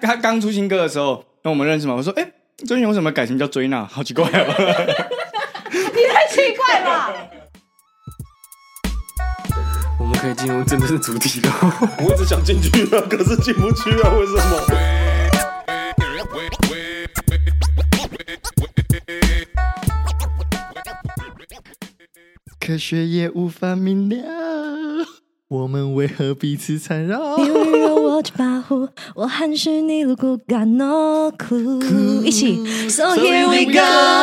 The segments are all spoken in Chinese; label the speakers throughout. Speaker 1: 他刚出新歌的时候，那我们认识嘛，我说，哎、最近有什么改名叫追娜？好奇怪哦。
Speaker 2: 你太奇怪吧？
Speaker 3: 我们可以进入真正的主题了。
Speaker 4: 我一直想进去啊，可是进不去啊，为什么？
Speaker 1: 科学也无法明了，我们为何彼此缠绕？
Speaker 5: 你温柔我却跋扈，我还是你如果敢 no clue。一起，So here we go 啊。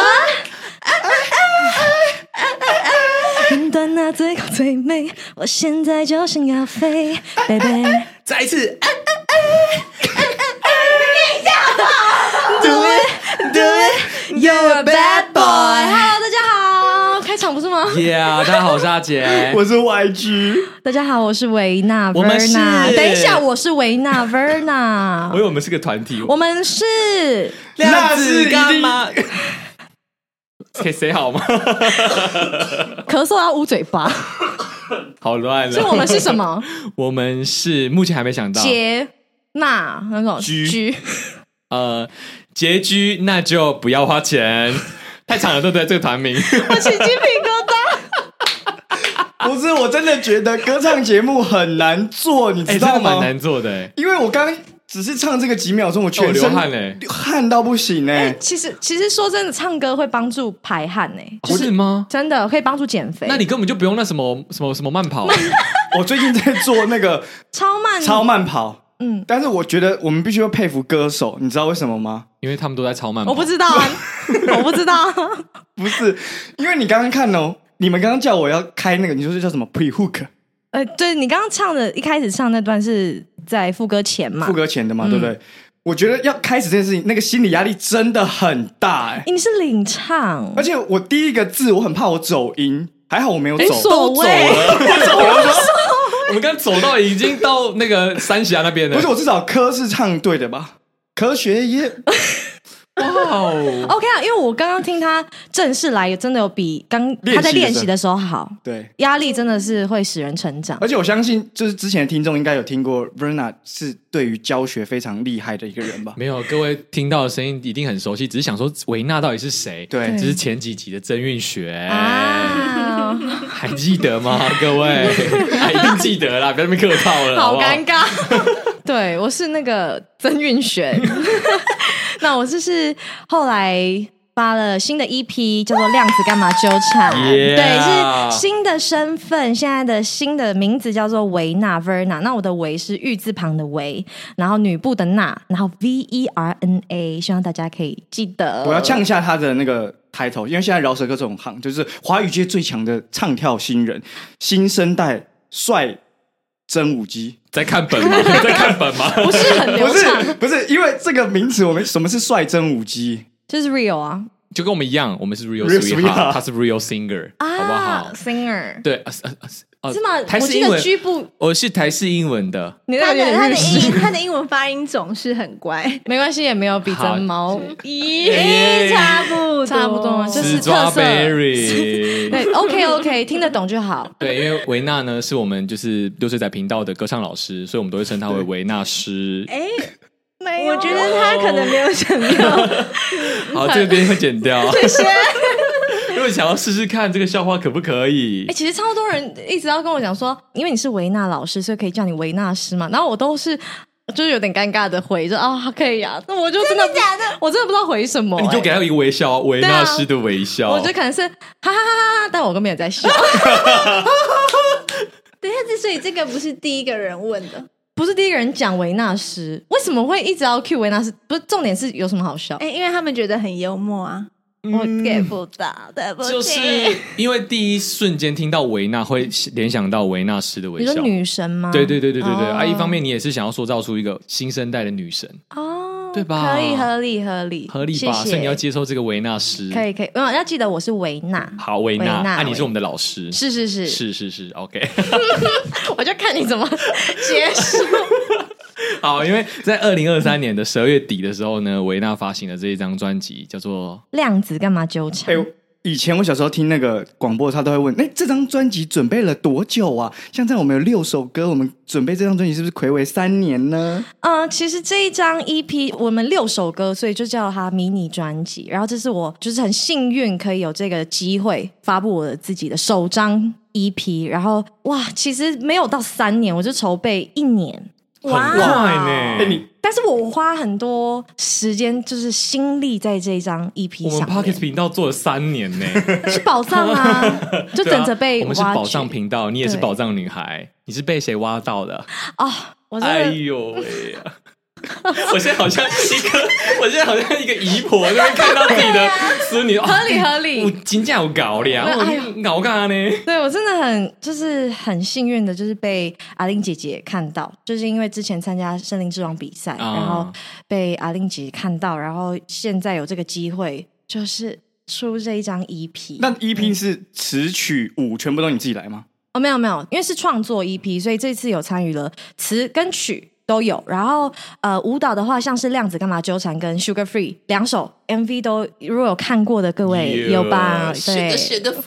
Speaker 5: 云端那最高最美，我现在就想要飞，baby。
Speaker 3: 再一次，
Speaker 5: You're a bad boy。Hello，大家好，开场不是吗？
Speaker 3: 耶！大家 好，我是阿杰。
Speaker 1: 我是 YG，
Speaker 5: 大家好，我是维娜
Speaker 3: 我们是
Speaker 5: Verna。等一下，我是维娜 Verna
Speaker 3: 我以。为我们是个团体，
Speaker 5: 我们是
Speaker 3: 那是干嘛？ 可以 say 好吗？
Speaker 5: 咳嗽要捂嘴 巴，
Speaker 3: 好乱了。啊
Speaker 5: 所以我们是什么？
Speaker 3: 我们是目前还没想到。
Speaker 5: 接纳那种
Speaker 3: 居
Speaker 5: 居，
Speaker 3: 呃，拮据那就不要花钱， 太长了，对不对？这个团名。
Speaker 5: 我起鸡皮疙 瘩。
Speaker 1: 不是，我真的觉得歌唱节目很难做，你
Speaker 3: 哎、
Speaker 1: 知
Speaker 3: 真
Speaker 1: 道
Speaker 3: 的蛮
Speaker 1: 吗？
Speaker 3: 难做的、哎
Speaker 1: 因为我刚刚只是唱这个几秒钟，我
Speaker 3: 哦
Speaker 1: 全
Speaker 3: 流
Speaker 1: 身
Speaker 3: 汗嘞
Speaker 1: 汗到不行 哎、
Speaker 5: 其实其实说真的，唱歌会帮助排汗呢、
Speaker 1: 哦
Speaker 3: 哦是吗？
Speaker 5: 真的可以帮助减肥。
Speaker 3: 那你根本就不用那什么什么什么慢跑，啊
Speaker 1: 我最近在做那个
Speaker 5: 超慢
Speaker 1: 超慢跑，
Speaker 5: 嗯，
Speaker 1: 但是我觉得我们必须要佩服歌手，你知道为什么吗？
Speaker 3: 因为他们都在超慢跑。
Speaker 5: 我不知道 啊，我不知道。
Speaker 1: 不是，因为你刚刚看哦，你们刚刚叫我要开那个，你说是叫什么 pre hook
Speaker 5: 呃，对你刚刚唱的，一开始唱那段是在副歌前嘛
Speaker 1: 副？歌前的嘛，嗯对不对？我觉得要开始这件事情，那个心理压力真的很大哎、
Speaker 5: 诶你是领唱，
Speaker 1: 而且我第一个字我很怕我走音，还哎好我没有
Speaker 5: 无
Speaker 1: 走。
Speaker 5: 所谓。
Speaker 3: 我们刚走到已经到那个三峡那边了。
Speaker 1: 不是，我至少科是唱对的吧？ 科学也
Speaker 3: 哇哦，
Speaker 5: OK 啊，因为我刚刚听他正式来，真的有比刚
Speaker 1: 练习的
Speaker 5: 他在练习的时候好。
Speaker 1: 对，
Speaker 5: 压力真的是会使人成长
Speaker 1: 而。且我相信，就是之前的听众应该有听过 Verna 是对于教学非常厉害的一个人吧？
Speaker 3: 没有，各位听到的声音一定很熟悉，只是想说维纳到底是谁？
Speaker 1: 对
Speaker 3: 这是前几集的曾韵雪，
Speaker 5: 啊，
Speaker 3: 还记得吗？各 位，啊一定记得啦，不要那么客套了，好
Speaker 5: 好
Speaker 3: 不好
Speaker 5: 尴尬。 对，我是那个曾韵璇。 那我就是后来发了新的 EP，叫做《量子干嘛纠缠》。
Speaker 3: Yeah
Speaker 5: 对，是新的身份，现在的新的名字叫做维娜 Verna。那我的维是玉字旁的维，然后女部的娜，然后 V E R N A，希望大家可以记得。
Speaker 1: 我要呛一下他的那个抬头，因为现在饶舌歌这种行，就是华语界最强的唱跳新人，新生代帅真舞姬，
Speaker 3: 在看本吗？ 在看本吗？
Speaker 5: 不是很
Speaker 1: 不
Speaker 5: 流畅，
Speaker 1: 是不是，因为这个名词，我们什么是帅真舞姬？
Speaker 5: 就是 real 啊
Speaker 3: 就跟我们一样，我们是 real
Speaker 1: Real
Speaker 3: sweetheart，
Speaker 1: sweetheart
Speaker 3: 他是 real singer，
Speaker 5: 啊
Speaker 3: 好不好？
Speaker 5: ，singer
Speaker 3: 对，啊是啊啊是啊
Speaker 5: 是吗？
Speaker 3: 台
Speaker 5: 我
Speaker 3: 式
Speaker 5: 记
Speaker 3: 英
Speaker 5: 得
Speaker 3: 文，
Speaker 5: 居部，
Speaker 3: 我是台式英文的。
Speaker 5: 你那
Speaker 2: 他
Speaker 5: 个有
Speaker 2: 的
Speaker 5: 点
Speaker 2: 他的
Speaker 5: 日式
Speaker 2: 英 他的英文发音总是很 乖，
Speaker 5: 没关系，也没有比
Speaker 3: 好
Speaker 5: 真猫
Speaker 2: 咦，哎差不多，
Speaker 5: 差不多就是是特色
Speaker 3: Strawberry，
Speaker 5: 对，OK OK，听得懂就好。
Speaker 3: 对，因为维娜呢是我们就是六岁仔频道的歌唱老师，所以我们都会称她为维娜师。
Speaker 2: 哎，没有，我觉得他可能没有想到，
Speaker 3: 好，这个边会剪掉。谢谢。 如果想要试试看这个笑话可不可以
Speaker 5: 哎、？其实超多人一直要跟我讲说，因为你是维纳老师，所以可以叫你维纳师嘛。然后我都是就是有点尴尬的回，就啊可以啊。那我就真的假的，我真的不知道回什么、
Speaker 3: 你就
Speaker 5: 哎
Speaker 3: 给哦她一个微笑啊，维纳师的微笑。
Speaker 5: 我就可能是哈哈哈哈，但我根本有在 笑，
Speaker 2: 等一下，之所以这个不是第一个人问的，
Speaker 5: 不是第一个人讲维纳师，为什么会一直要 Q 维纳师？不是重点是有什么好笑？
Speaker 2: 哎，因为他们觉得很幽默啊，我 get 不到，对不起，
Speaker 3: 就是因为第一瞬间听到维娜，会联想到维纳师的微
Speaker 5: 你说
Speaker 3: 笑。
Speaker 5: 女神吗？
Speaker 3: 对对对对对对，
Speaker 5: 哦
Speaker 3: 啊，一方面你也是想要塑造出一个新生代的女神，
Speaker 5: 哦，
Speaker 3: 对吧
Speaker 5: 可以合理合理
Speaker 3: 合理
Speaker 5: 谢
Speaker 3: 吧？
Speaker 5: 谢
Speaker 3: 所以你要接受这个维纳师。
Speaker 5: 可以可以，嗯，要记得我是维纳，
Speaker 3: 好，维
Speaker 5: 维
Speaker 3: 纳，
Speaker 5: 纳
Speaker 3: 啊，你是
Speaker 5: 维
Speaker 3: 我们的老师，
Speaker 5: 是是是，
Speaker 3: 是是是，OK。
Speaker 5: 我就看你怎么结束。
Speaker 3: 好，因为在二零二三年的十二月底的时候呢，维纳发行了这一张专辑，叫做
Speaker 5: 量子干嘛纠缠？
Speaker 1: 哎、呦，以前我小时候听那个广播，他都会问：“哎、这张专辑准备了多久啊？”像这样，我们有六首歌，我们准备这张专辑是不是暌违三年呢？
Speaker 5: 嗯、其实这一张 EP 我们六首歌，所以就叫它迷你专辑。然后这是我就是很幸运可以有这个机会发布我的自己的首张 EP。然后哇，其实没有到三年，我就筹备一年。哇
Speaker 3: 很快呢。
Speaker 1: 哎、你
Speaker 5: 但是我花很多时间，就是心力在这一张 EP
Speaker 3: 我们
Speaker 5: 上
Speaker 3: Pockets
Speaker 5: 面，
Speaker 3: 频道做了三年呢，
Speaker 5: 是宝藏 啊， 就
Speaker 3: 对啊
Speaker 5: 等着被
Speaker 3: 我们是
Speaker 5: 挖
Speaker 3: 宝
Speaker 5: 掘
Speaker 3: 藏频道，你也是
Speaker 5: 对
Speaker 3: 宝藏女孩，你是被谁挖到的？
Speaker 5: 哦，我真
Speaker 3: 哎
Speaker 5: 的
Speaker 3: 呦喂呀！ 我现在好像是一个，我现在好像一个姨婆，那边看到自己的孙女，
Speaker 5: 啊
Speaker 3: 哦
Speaker 5: 合理合理
Speaker 3: 我真正有搞了，
Speaker 5: 对哎呦
Speaker 3: 我搞干呢？
Speaker 5: 对我真的很就是很幸运的，就是被阿玲姐姐看到，就是因为之前参加森林之王比赛，
Speaker 3: 啊
Speaker 5: 然后被阿玲姐姐看到，然后现在有这个机会，就是出这一张 E EP。
Speaker 1: 那 EP 是词曲舞全部都你自己来吗？
Speaker 5: 哦，没有没有，因为是创作 EP，所以这次有参与了词跟曲都有。然后呃，舞蹈的话，像是《量子干嘛纠缠》跟《Sugar Free》两首 MV 都，如果有看过的各位
Speaker 3: Yeah
Speaker 5: 有吧？
Speaker 3: 是
Speaker 5: 对，
Speaker 2: 是的，free。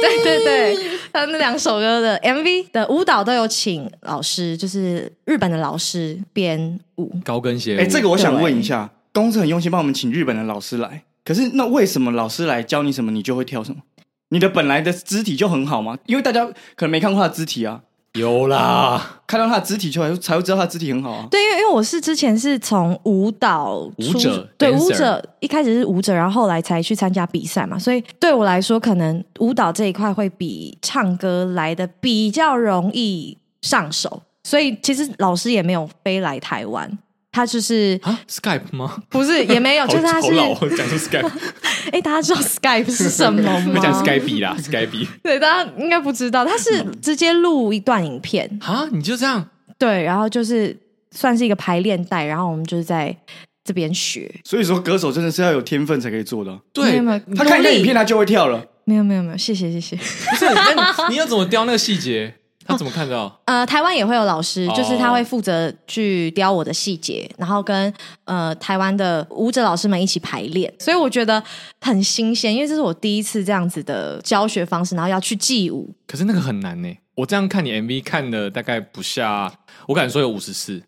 Speaker 5: 对对对， 他那两首歌的 MV 的舞蹈都有请老师，就是日本的老师编舞。
Speaker 3: 高跟鞋，
Speaker 1: 哎、这个我想问一下，公司很用心帮我们请日本的老师来，可是那为什么老师来教你什么，你就会跳什么？你的本来的肢体就很好吗？因为大家可能没看过他的肢体啊，
Speaker 3: 有啦，
Speaker 1: 看到他的肢体就才会才会知道他的肢体很好啊。
Speaker 5: 对，因为因为我是之前是从舞蹈
Speaker 3: 舞
Speaker 5: 出
Speaker 3: 者
Speaker 5: 对
Speaker 3: dancer
Speaker 5: 舞者一开始是舞者，然后后来才去参加比赛嘛，所以对我来说，可能舞蹈这一块会比唱歌来的比较容易上手，所以其实老师也没有飞来台湾，他就是
Speaker 3: 啊，Skype 吗？
Speaker 5: 不是也没 有，就是
Speaker 3: 好
Speaker 5: 他
Speaker 3: 好
Speaker 5: 是
Speaker 3: 老哦，讲出 Skype，
Speaker 5: 哎、大家知道 Skype 是什么吗？
Speaker 3: 我讲 Skype 啦，Skype
Speaker 5: 对，大家应该不知道，他是直接录一段影片，
Speaker 3: 啊，你就这样，
Speaker 5: 对，然后就是算是一个排练带，然后我们就是在这边学。
Speaker 1: 所以说，歌手真的是要有天分才可以做的。
Speaker 3: 对，
Speaker 5: 没有
Speaker 1: 他看一看
Speaker 5: 努力
Speaker 1: 影片，他就会跳了。
Speaker 5: 没有没有没有，谢谢谢谢。
Speaker 3: 不是， 那你你要怎么雕那个细节？他怎么看到？
Speaker 5: 呃，台湾也会有老师
Speaker 3: 哦，
Speaker 5: 就是他会负责去雕我的细节，然后跟呃台湾的舞者老师们一起排练，所以我觉得很新鲜，因为这是我第一次这样子的教学方式，然后要去记 舞，
Speaker 3: 可是那个很难呢。我这样看你 MV 看了大概不下，我敢说有五十次，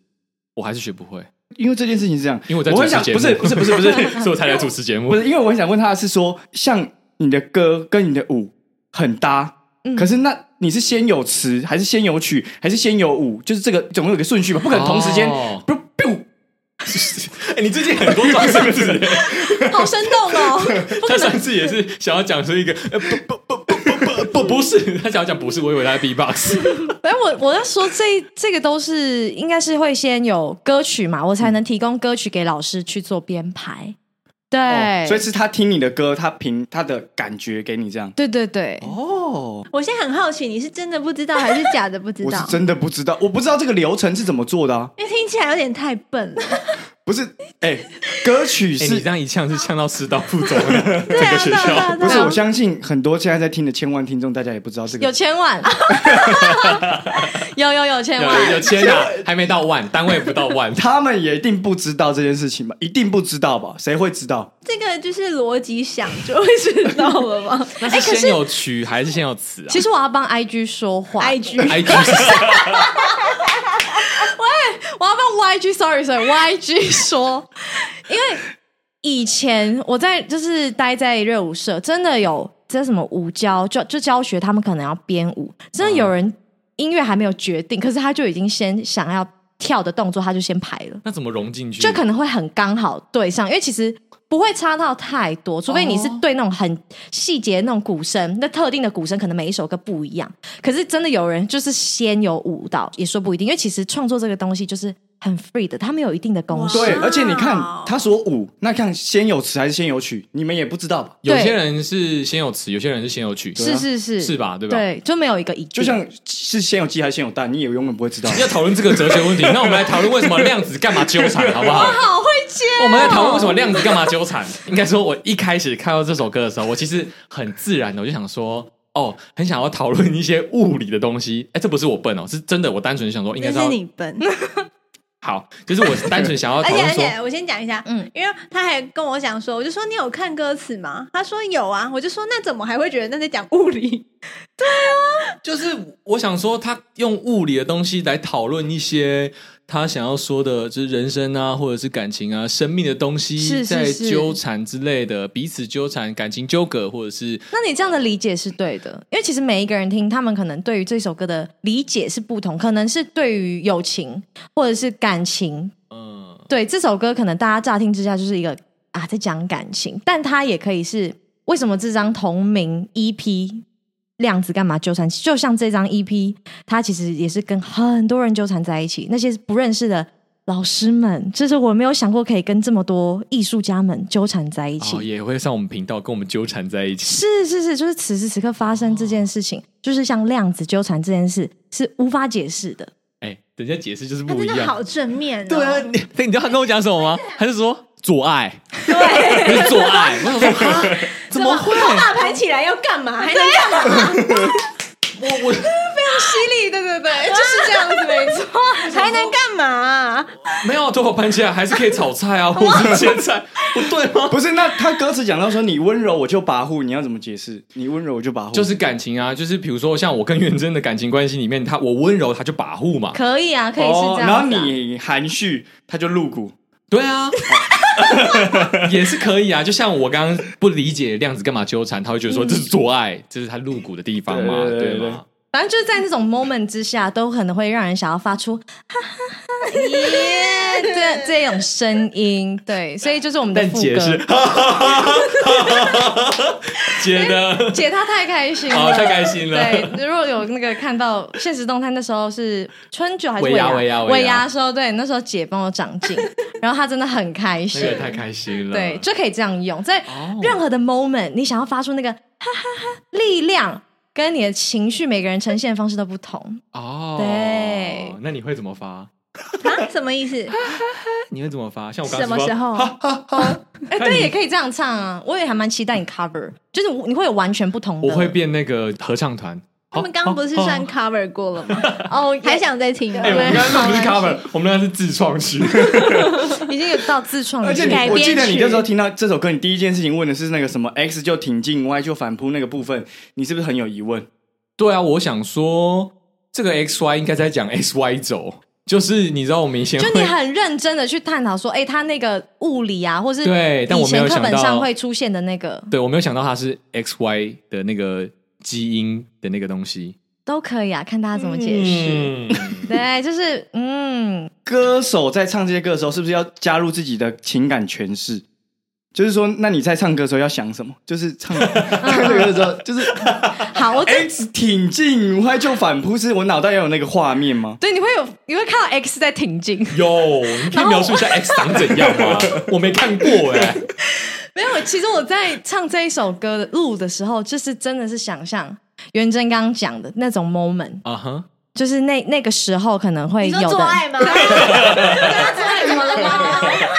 Speaker 3: 我还是学不会，
Speaker 1: 因为这件事情是这样，
Speaker 3: 因为我在
Speaker 1: 我
Speaker 3: 主
Speaker 1: 很
Speaker 3: 持
Speaker 1: 想
Speaker 3: 节
Speaker 1: 不
Speaker 3: 目，
Speaker 1: 是不是不是不 是
Speaker 3: 所以我才来主持节目
Speaker 1: 不。是，因为我很想问他的是说，像你的歌跟你的舞很搭，可是那你是先有词还是先有曲还是先有舞？就是这个总有一个顺序吧，不可能同时间
Speaker 3: 哦
Speaker 1: 不不
Speaker 3: 哎，你最近很多转身子，
Speaker 5: 好生动哦。
Speaker 3: 他上次也是想要讲出一个呃不不不不不不不不是，他想要讲不是，我以为他在 哎 B-box。
Speaker 5: 反正我我要说这这个都是应该是会先有歌曲嘛，我才能提供歌曲给老师去做编排。对，
Speaker 1: 哦所以是他听你的歌，他凭他的感觉给你这样。
Speaker 5: 对对对，
Speaker 1: 哦，
Speaker 2: 我现在很好奇，你是真的不知道还是假的不知
Speaker 1: 我是
Speaker 2: 道？
Speaker 1: 真的不知道，我不知道这个流程是怎么做的啊！
Speaker 2: 因为听起来有点太笨了。
Speaker 1: 不是，哎、歌曲
Speaker 3: 哎，
Speaker 1: 是
Speaker 3: 你这样一呛是呛到师道附中了， 整
Speaker 2: 对啊，
Speaker 3: 个学
Speaker 2: 对啊，对
Speaker 3: 校
Speaker 2: 啊，。
Speaker 1: 不
Speaker 2: 对
Speaker 1: 是，我
Speaker 2: 啊。
Speaker 1: 相信很多现在在听的千万听众，大家也不知道这
Speaker 5: 有
Speaker 1: 个。
Speaker 5: 千万，有有有千
Speaker 3: 有 有
Speaker 5: 万，
Speaker 3: 千啊，还没到万，单位不到 万。
Speaker 5: 哎
Speaker 1: 他们也一定不知道这件事情吧？一定不知道吧？谁会知道？
Speaker 2: 这个就是逻辑想就会知道了 吗
Speaker 3: 那是先有曲还是先有词啊
Speaker 5: 其实我要帮 IG 说话，
Speaker 2: ？IG
Speaker 3: ？IG 是谁
Speaker 5: 我要帮 YG，sorry sorry，YG 说，因为以前我在就是待在热舞社，真的有这什么舞教就就教学，他们可能要编舞，真的有人音乐还没有决定，可是他就已经先想要跳的动作，他就先排了，
Speaker 3: 那怎么融进去？
Speaker 5: 就可能会很刚好对上，因为其实。不会差到太多，除非你是对那种很细节那种鼓声，那特定的鼓声可能每一首歌不一样。可是真的有人就是先有舞蹈，也说不一定，因为其实创作这个东西就是很 free 的，它没有一定的公式。
Speaker 1: 对，而且你看，他说舞，那看先有词还是先有曲，你们也不知道吧？
Speaker 3: 有
Speaker 5: 对
Speaker 3: 些人是先有词，有些人是先有曲，
Speaker 5: 是是是
Speaker 3: 啊是？吧？对吧？
Speaker 5: 对，就没有一个一定。
Speaker 1: 就像是先有鸡还是先有蛋，你也永远不会知 道。
Speaker 3: 要讨论这个哲学问题，那我们来讨论为什么量子干嘛纠 缠，好不好？
Speaker 5: 好会接哦、
Speaker 3: 我们在讨论为什么量子干嘛纠缠。应该说，我一开始看到这首歌的时候，我其实很自然的我就想说，哦，很想要讨论一些物理的东西。哎，这不是我笨哦，是真的，我单纯想说，应该
Speaker 2: 这
Speaker 3: 是要
Speaker 2: 是你笨，
Speaker 3: 好，就是我单纯想要
Speaker 2: 而
Speaker 3: 讨
Speaker 2: 且 而
Speaker 3: 论说，
Speaker 2: 且，我先讲一下，
Speaker 5: 嗯
Speaker 2: 嗯，因为他还跟我讲说，我就说你有看歌词吗？他说有啊，我就说那怎么还会觉得那在讲物理？
Speaker 3: 就是我想说，他用物理的东西来讨论一些他想要说的，就是人生啊，或者是感情啊、生命的东西，
Speaker 5: 是是
Speaker 3: 在
Speaker 5: 是
Speaker 3: 纠缠之类的，彼此纠缠、感情纠葛，或者是
Speaker 5: 那你这样的理解是对的，因为其实每一个人听，他们可能对于这首歌的理解是不同，可能是对于友情或者是感情。
Speaker 3: 嗯，
Speaker 5: 对这首歌，可能大家乍听之下就是一个啊在讲感情，但它也可以是为什么这张同名 EP。量子干嘛纠缠？就像这张 EP，它其实也是跟很多人纠缠在一起。那些不认识的老师们，就是我没有想过可以跟这么多艺术家们纠缠在一起。
Speaker 3: 哦，也会上我们频道跟我们纠缠在一起。
Speaker 5: 是是是，就是此时此刻发生这
Speaker 3: 哦
Speaker 5: 件事情，就是像量子纠缠这件事是无法解释的。
Speaker 3: 哎、等一下解释就是
Speaker 2: 他
Speaker 3: 不
Speaker 2: 真
Speaker 3: 一
Speaker 2: 的
Speaker 3: 样
Speaker 2: 好。正面、哦，
Speaker 3: 对啊，你你知道他跟我讲什么吗？他就说做爱，对， 就是做爱。我想说，哈怎么会？
Speaker 2: 大盘起来要干嘛？还能干嘛？
Speaker 3: 我我
Speaker 2: 犀利，对对对，哎就是这样子，没错，还能啊干 嘛、
Speaker 3: 没有啊头发盘起来，还是可以炒菜啊，或者是切菜，不对吗？
Speaker 1: 不是，那他歌词讲到说你温柔我就跋扈，你要怎么解释？你温柔我就跋扈，
Speaker 3: 就是感情啊，就是比如说像我跟元真的感情关系里面，他我温柔他就跋扈嘛，
Speaker 5: 可以啊，可以是
Speaker 1: 哦
Speaker 5: 这样、子啊
Speaker 1: 然后你含蓄，他就露骨。
Speaker 3: 对啊， 也是可以啊。就像我刚刚不理解量子干嘛纠缠，他会觉得说这是做爱，这是他露骨的地方嘛，
Speaker 1: 对对对
Speaker 3: 吗？
Speaker 5: 反正就是在那种 moment 之下，都可能会让人想要发出哈哈哈耶这这种声音。对，所以就是我们的
Speaker 3: 但
Speaker 5: 副
Speaker 3: 姐
Speaker 5: 歌
Speaker 3: 是，姐的
Speaker 5: 姐她太开心了，
Speaker 3: 哦太开心了
Speaker 5: 对，如果有那个看到现实动态，那时候是春酒还是
Speaker 3: 尾牙尾牙尾牙
Speaker 5: 尾牙的时候，对，那时候姐帮我长进， 然后她真的很开
Speaker 3: 那
Speaker 5: 心，
Speaker 3: 个太开心了，哦
Speaker 5: 对，就可以这样用，在任何的 moment，、你想要发出那个哈哈哈力量，跟你的情绪，每个人呈现的方式都不同。
Speaker 3: 哦，
Speaker 5: 对，
Speaker 3: 那你会怎么发？
Speaker 2: 啊，什么意思？
Speaker 3: 你会怎么发？像我刚
Speaker 2: 什
Speaker 3: 刚
Speaker 2: 么时？候？
Speaker 5: 哎、
Speaker 3: 看你
Speaker 5: 对，也可以这样唱啊！我也还蛮期待你 cover，就是你会有完全不同的。
Speaker 3: 我会变那个合唱团。
Speaker 2: 他们刚刚不是算 cover 过了吗？
Speaker 5: 哦，也
Speaker 2: 还想再听吗？
Speaker 3: 哎、我们刚刚那不是
Speaker 5: 好
Speaker 3: cover，我们那是自创曲。
Speaker 5: 已经有到自创 的
Speaker 1: 而且
Speaker 5: 阶段，
Speaker 1: 你，
Speaker 2: 改
Speaker 1: 我
Speaker 2: 编
Speaker 1: 记得你
Speaker 2: 曲
Speaker 1: 那时候听到这首歌，你第一件事情问的是那个什么 X 就挺进，Y 就反扑那个部分，你是不是很有疑问？
Speaker 3: 对啊，我想说这个 X Y 应该在讲 X Y 轴，就是你知道我们以前
Speaker 5: 就
Speaker 3: 会
Speaker 5: 你很认真的去探讨说，哎、他那个物理啊，或是
Speaker 3: 对但
Speaker 5: 以
Speaker 3: 我没有
Speaker 5: 前课本
Speaker 3: 想到
Speaker 5: 上会出现的那个
Speaker 3: 对我没有想到它是 X Y 的那个基因的那个东西。
Speaker 5: 都可以啊，看大家怎么解释。
Speaker 3: 嗯，
Speaker 5: 对，就是嗯，
Speaker 1: 歌手在唱这些歌的时候，是不是要加入自己的情感诠释？就是说，那你在唱歌的时候要想什么？就是唱 唱这个歌的时候，就是
Speaker 5: 好，我这
Speaker 3: 哎
Speaker 1: X 挺进，Y 就反扑，是我脑袋要有那个画面吗？
Speaker 5: 对，你会有你会看到 X 在挺进。
Speaker 3: 有，你可以描述一下 X 长怎样 吗？我没看过哎、
Speaker 5: 没有，其实我在唱这一首歌的录的时候，就是真的是想象元真刚刚讲的那种 moment，
Speaker 3: 啊哈，
Speaker 5: 就是那那个时候可能会
Speaker 2: 你
Speaker 5: 有
Speaker 2: 说
Speaker 5: 的
Speaker 2: 做爱 吗？做爱吗？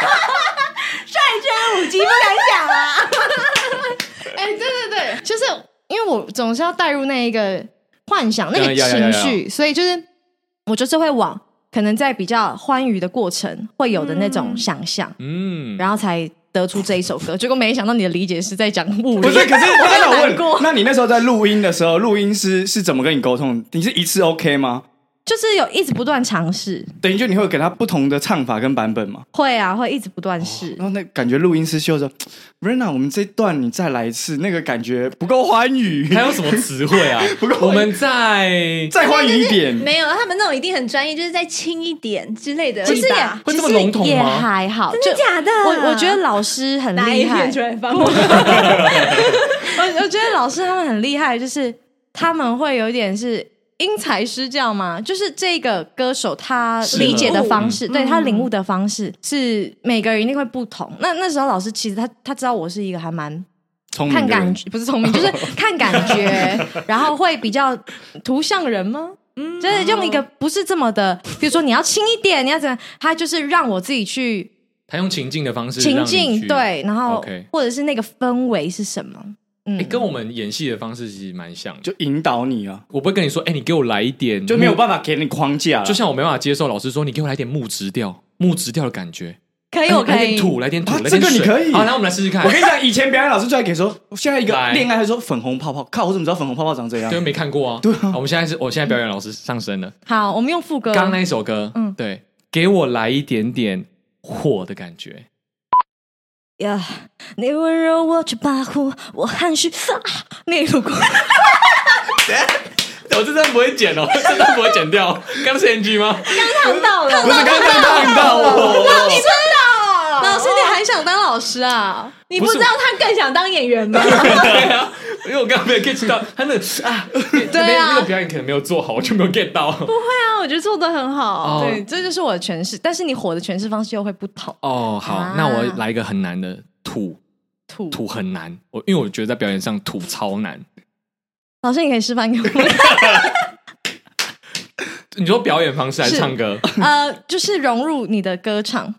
Speaker 2: 帅哥舞姬不敢讲啊！
Speaker 5: 哎、对对对，就是因为我总是要带入那一个幻想、那个
Speaker 3: 嗯要要
Speaker 5: 情
Speaker 3: 要
Speaker 5: 绪，所以就是我就是会往可能在比较欢愉的过程会有的那种想象，
Speaker 3: 嗯，
Speaker 5: 然后才得出这一首歌。结 果没想到你的理解是在讲物理，
Speaker 1: 不是，可是
Speaker 5: 我
Speaker 1: 那
Speaker 5: 很
Speaker 1: 我
Speaker 5: 难
Speaker 1: 问，
Speaker 5: 过，
Speaker 1: 那你那时候在录音的时候，录音师是怎么跟你沟通？你是一次 OK 吗？
Speaker 5: 就是有一直不断尝试，
Speaker 1: 等于就你会给他不同的唱法跟版本吗？
Speaker 5: 会啊，会一直不断试。
Speaker 1: 然后那感觉录音师秀着 r e n a 我们这一段你再来一次，那个感觉不够欢愉，
Speaker 3: 还有什么词汇 啊？我们在
Speaker 1: 再欢愉一点。
Speaker 2: 没有，他们那种一定很专业，就是再轻一点之类的。啊
Speaker 5: 其实也
Speaker 2: 吧
Speaker 3: 会这么
Speaker 5: 其实
Speaker 3: 笼统吗
Speaker 5: 也还好，真
Speaker 2: 真的假的
Speaker 5: 我我觉得老师很
Speaker 2: 拿
Speaker 5: 厉
Speaker 2: 一
Speaker 5: 害
Speaker 2: 片出，来放我。
Speaker 5: 我我觉得老师他们很厉害，就是他们会有一点是因材施教嘛，就是这个歌手他
Speaker 3: 是的
Speaker 5: 理解的方式，对他领悟的方式是每个人一定会不同。那那时候老师其实他他知道我是一个还蛮
Speaker 1: 聪明
Speaker 5: 看
Speaker 1: 的人
Speaker 5: 感觉，不是聪明， 就是看感觉，然后会比较图像人吗？就是用一个不是这么的，比如说你要轻一点，你要怎样，他就是让我自己去
Speaker 3: 他用情境的方式让
Speaker 5: 情
Speaker 3: 你去，
Speaker 5: 境，对，然后
Speaker 3: OK
Speaker 5: 或者是那个氛围是什么？嗯
Speaker 3: 诶欸跟我们演戏的方式其实蛮像的。
Speaker 1: 就引导你啊，
Speaker 3: 我不会跟你说，哎、你给我来一点，
Speaker 1: 就没有
Speaker 3: 法。
Speaker 1: 办法给你框架了，
Speaker 3: 就像我没办法接受老师说，你给我来点木质调，木质调的感觉，
Speaker 5: 可以，
Speaker 3: 哎
Speaker 5: 我可
Speaker 3: 来
Speaker 5: 以
Speaker 3: 点土，来点土，
Speaker 1: 啊
Speaker 3: 来点
Speaker 1: 这个你
Speaker 3: 水
Speaker 1: 可以
Speaker 3: 好，来我们来试试看。
Speaker 1: 我跟你讲，以前表演老师就在给说，现在一个
Speaker 3: 来
Speaker 1: 恋爱他说粉红泡泡，靠，我怎么知道粉红泡泡长这样
Speaker 3: 对，？没看过啊。对啊，我们现在是，我现在表演老师上身了。
Speaker 5: 好，我们用副歌。
Speaker 3: 刚刚那一首歌，
Speaker 5: 嗯
Speaker 3: 嗯，对，给我来一点点火的感 觉。
Speaker 5: 呀，你温柔我却跋扈，我含蓄。啊你如果
Speaker 3: 我这段不会剪哦， 这段不会剪掉。刚刚是 NG 吗？
Speaker 5: 烫到了，
Speaker 3: 不是，刚刚烫到我。
Speaker 2: 你真的
Speaker 5: 老师，你还想当老师啊？
Speaker 2: 你不知道他更想当演员吗？
Speaker 3: 对啊，因为我刚刚没有 get 到他那个啊，
Speaker 5: 对啊
Speaker 3: 那个表演可能没有做好，我就没有 get 到。
Speaker 5: 对啊，我觉得做的很好。
Speaker 3: 哦
Speaker 5: 对，这就是我的诠释，但是你火的诠释方式又会不同。
Speaker 3: 哦，好，
Speaker 5: 啊
Speaker 3: 那我来一个很难的土
Speaker 5: 土
Speaker 3: 土很难，我因为我觉得在表演上土超难。
Speaker 5: 老师，你可以示范给我们。
Speaker 3: 你说表演方式还是
Speaker 5: 是
Speaker 3: 唱歌？
Speaker 5: 呃，就是融入你的歌唱。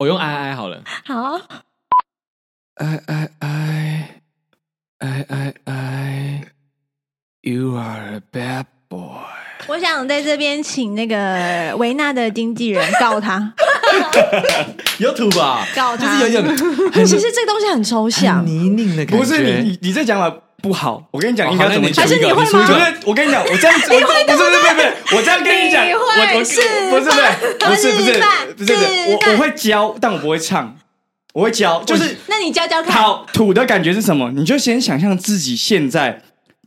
Speaker 3: 我用哀哀好了，
Speaker 5: 好，
Speaker 3: 哀哀哀哀哀哀，You are a bad boy。
Speaker 2: 我想在这边请那个维娜的经纪人告他，
Speaker 1: 有土吧？
Speaker 2: 告
Speaker 3: 就
Speaker 2: 他，
Speaker 3: 是有嗯点
Speaker 5: 其实这个东西很抽象
Speaker 3: 很。泥泞的感
Speaker 1: 不
Speaker 3: 觉，
Speaker 1: 是你，你你这讲法不好。我跟你讲，应该怎么讲
Speaker 5: 还？是你会吗
Speaker 1: 就？是我跟你讲，我这样子，我不是不是不是，我这样跟你讲，
Speaker 2: 你
Speaker 1: 我
Speaker 2: 会
Speaker 1: 我不
Speaker 2: 示
Speaker 1: 是不是不是不是
Speaker 2: 示范
Speaker 1: 不是不是，
Speaker 2: 示
Speaker 1: 我
Speaker 2: 范
Speaker 1: 我会教，但我不会唱，我会教，就是
Speaker 2: 那你教教看。
Speaker 1: 好土的感觉是什么？你就先想象自己现在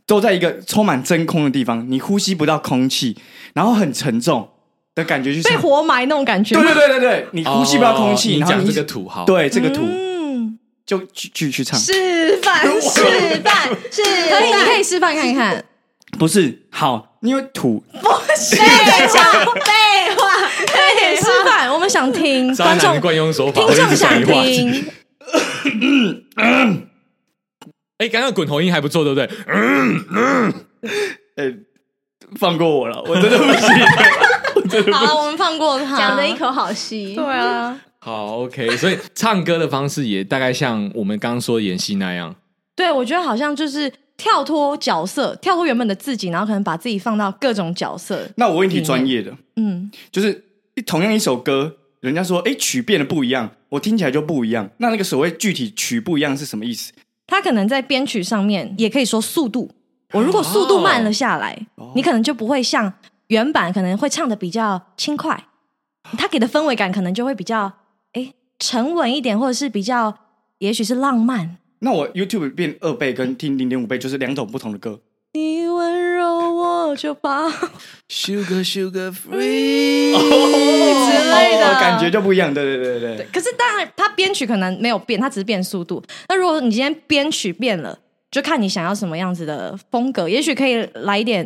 Speaker 1: 都在一个充满真空的地方，你呼吸不到空气，然后很沉重的感觉，就是
Speaker 5: 被活埋那种感觉
Speaker 1: 对
Speaker 5: 吗。
Speaker 1: 对对对对，你呼吸不到空
Speaker 3: 哦
Speaker 1: 气，
Speaker 3: 你
Speaker 1: 然后
Speaker 3: 讲
Speaker 1: 你
Speaker 3: 这个土豪，，
Speaker 1: 对这个土
Speaker 5: 嗯，
Speaker 1: 就继继续唱，
Speaker 2: 示范， 示范，示
Speaker 5: 可
Speaker 2: 范。
Speaker 5: 以，你可以示范看看。
Speaker 1: 不是好，因为土
Speaker 2: 废话，废话，
Speaker 5: 快点示范，我们想听
Speaker 3: 渣
Speaker 5: 观
Speaker 3: 男
Speaker 5: 众
Speaker 3: 的，惯用手法，
Speaker 5: 听
Speaker 3: 我一
Speaker 5: 众
Speaker 3: 直
Speaker 5: 想
Speaker 3: 讲话。
Speaker 5: 听。
Speaker 3: 哎，刚刚滚头音还不错，对不对？
Speaker 1: 呃，放过我了，我真的不 行。
Speaker 5: 好了，我们放过他。
Speaker 2: 讲的一口好戏。
Speaker 5: 对啊，
Speaker 3: 好，OK，所以唱歌的方式也大概像我们刚刚说的演戏那样。
Speaker 5: 对我觉得好像就是跳脱角色，跳脱原本的自己，然后可能把自己放到各种角色。
Speaker 1: 那我问题专业的，
Speaker 5: 嗯，
Speaker 1: 就是同样一首歌，人家说哎曲变得不一样，我听起来就不一样。那那个所谓具体曲不一样是什么意思？
Speaker 5: 他可能在编曲上面也可以说速度。我如果速度
Speaker 1: 哦
Speaker 5: 慢了下来，你可能就不会像原版可能会唱的比较轻快，他给的氛围感可能就会比较哎沉稳一点，或者是比较也许是浪漫。
Speaker 1: 那我 YouTube 变二倍跟听零点五倍就是两种不同的 歌。
Speaker 5: 你温柔我就把
Speaker 1: 哦
Speaker 3: Sugar Sugar Free，
Speaker 5: 之类的
Speaker 1: 哦感觉就不一样。对对对对对，
Speaker 5: 可是当然，他编曲可能没有变，他只是变速度。那如果你今天编曲变了，就看你想要什么样子的风格，也许可以来一点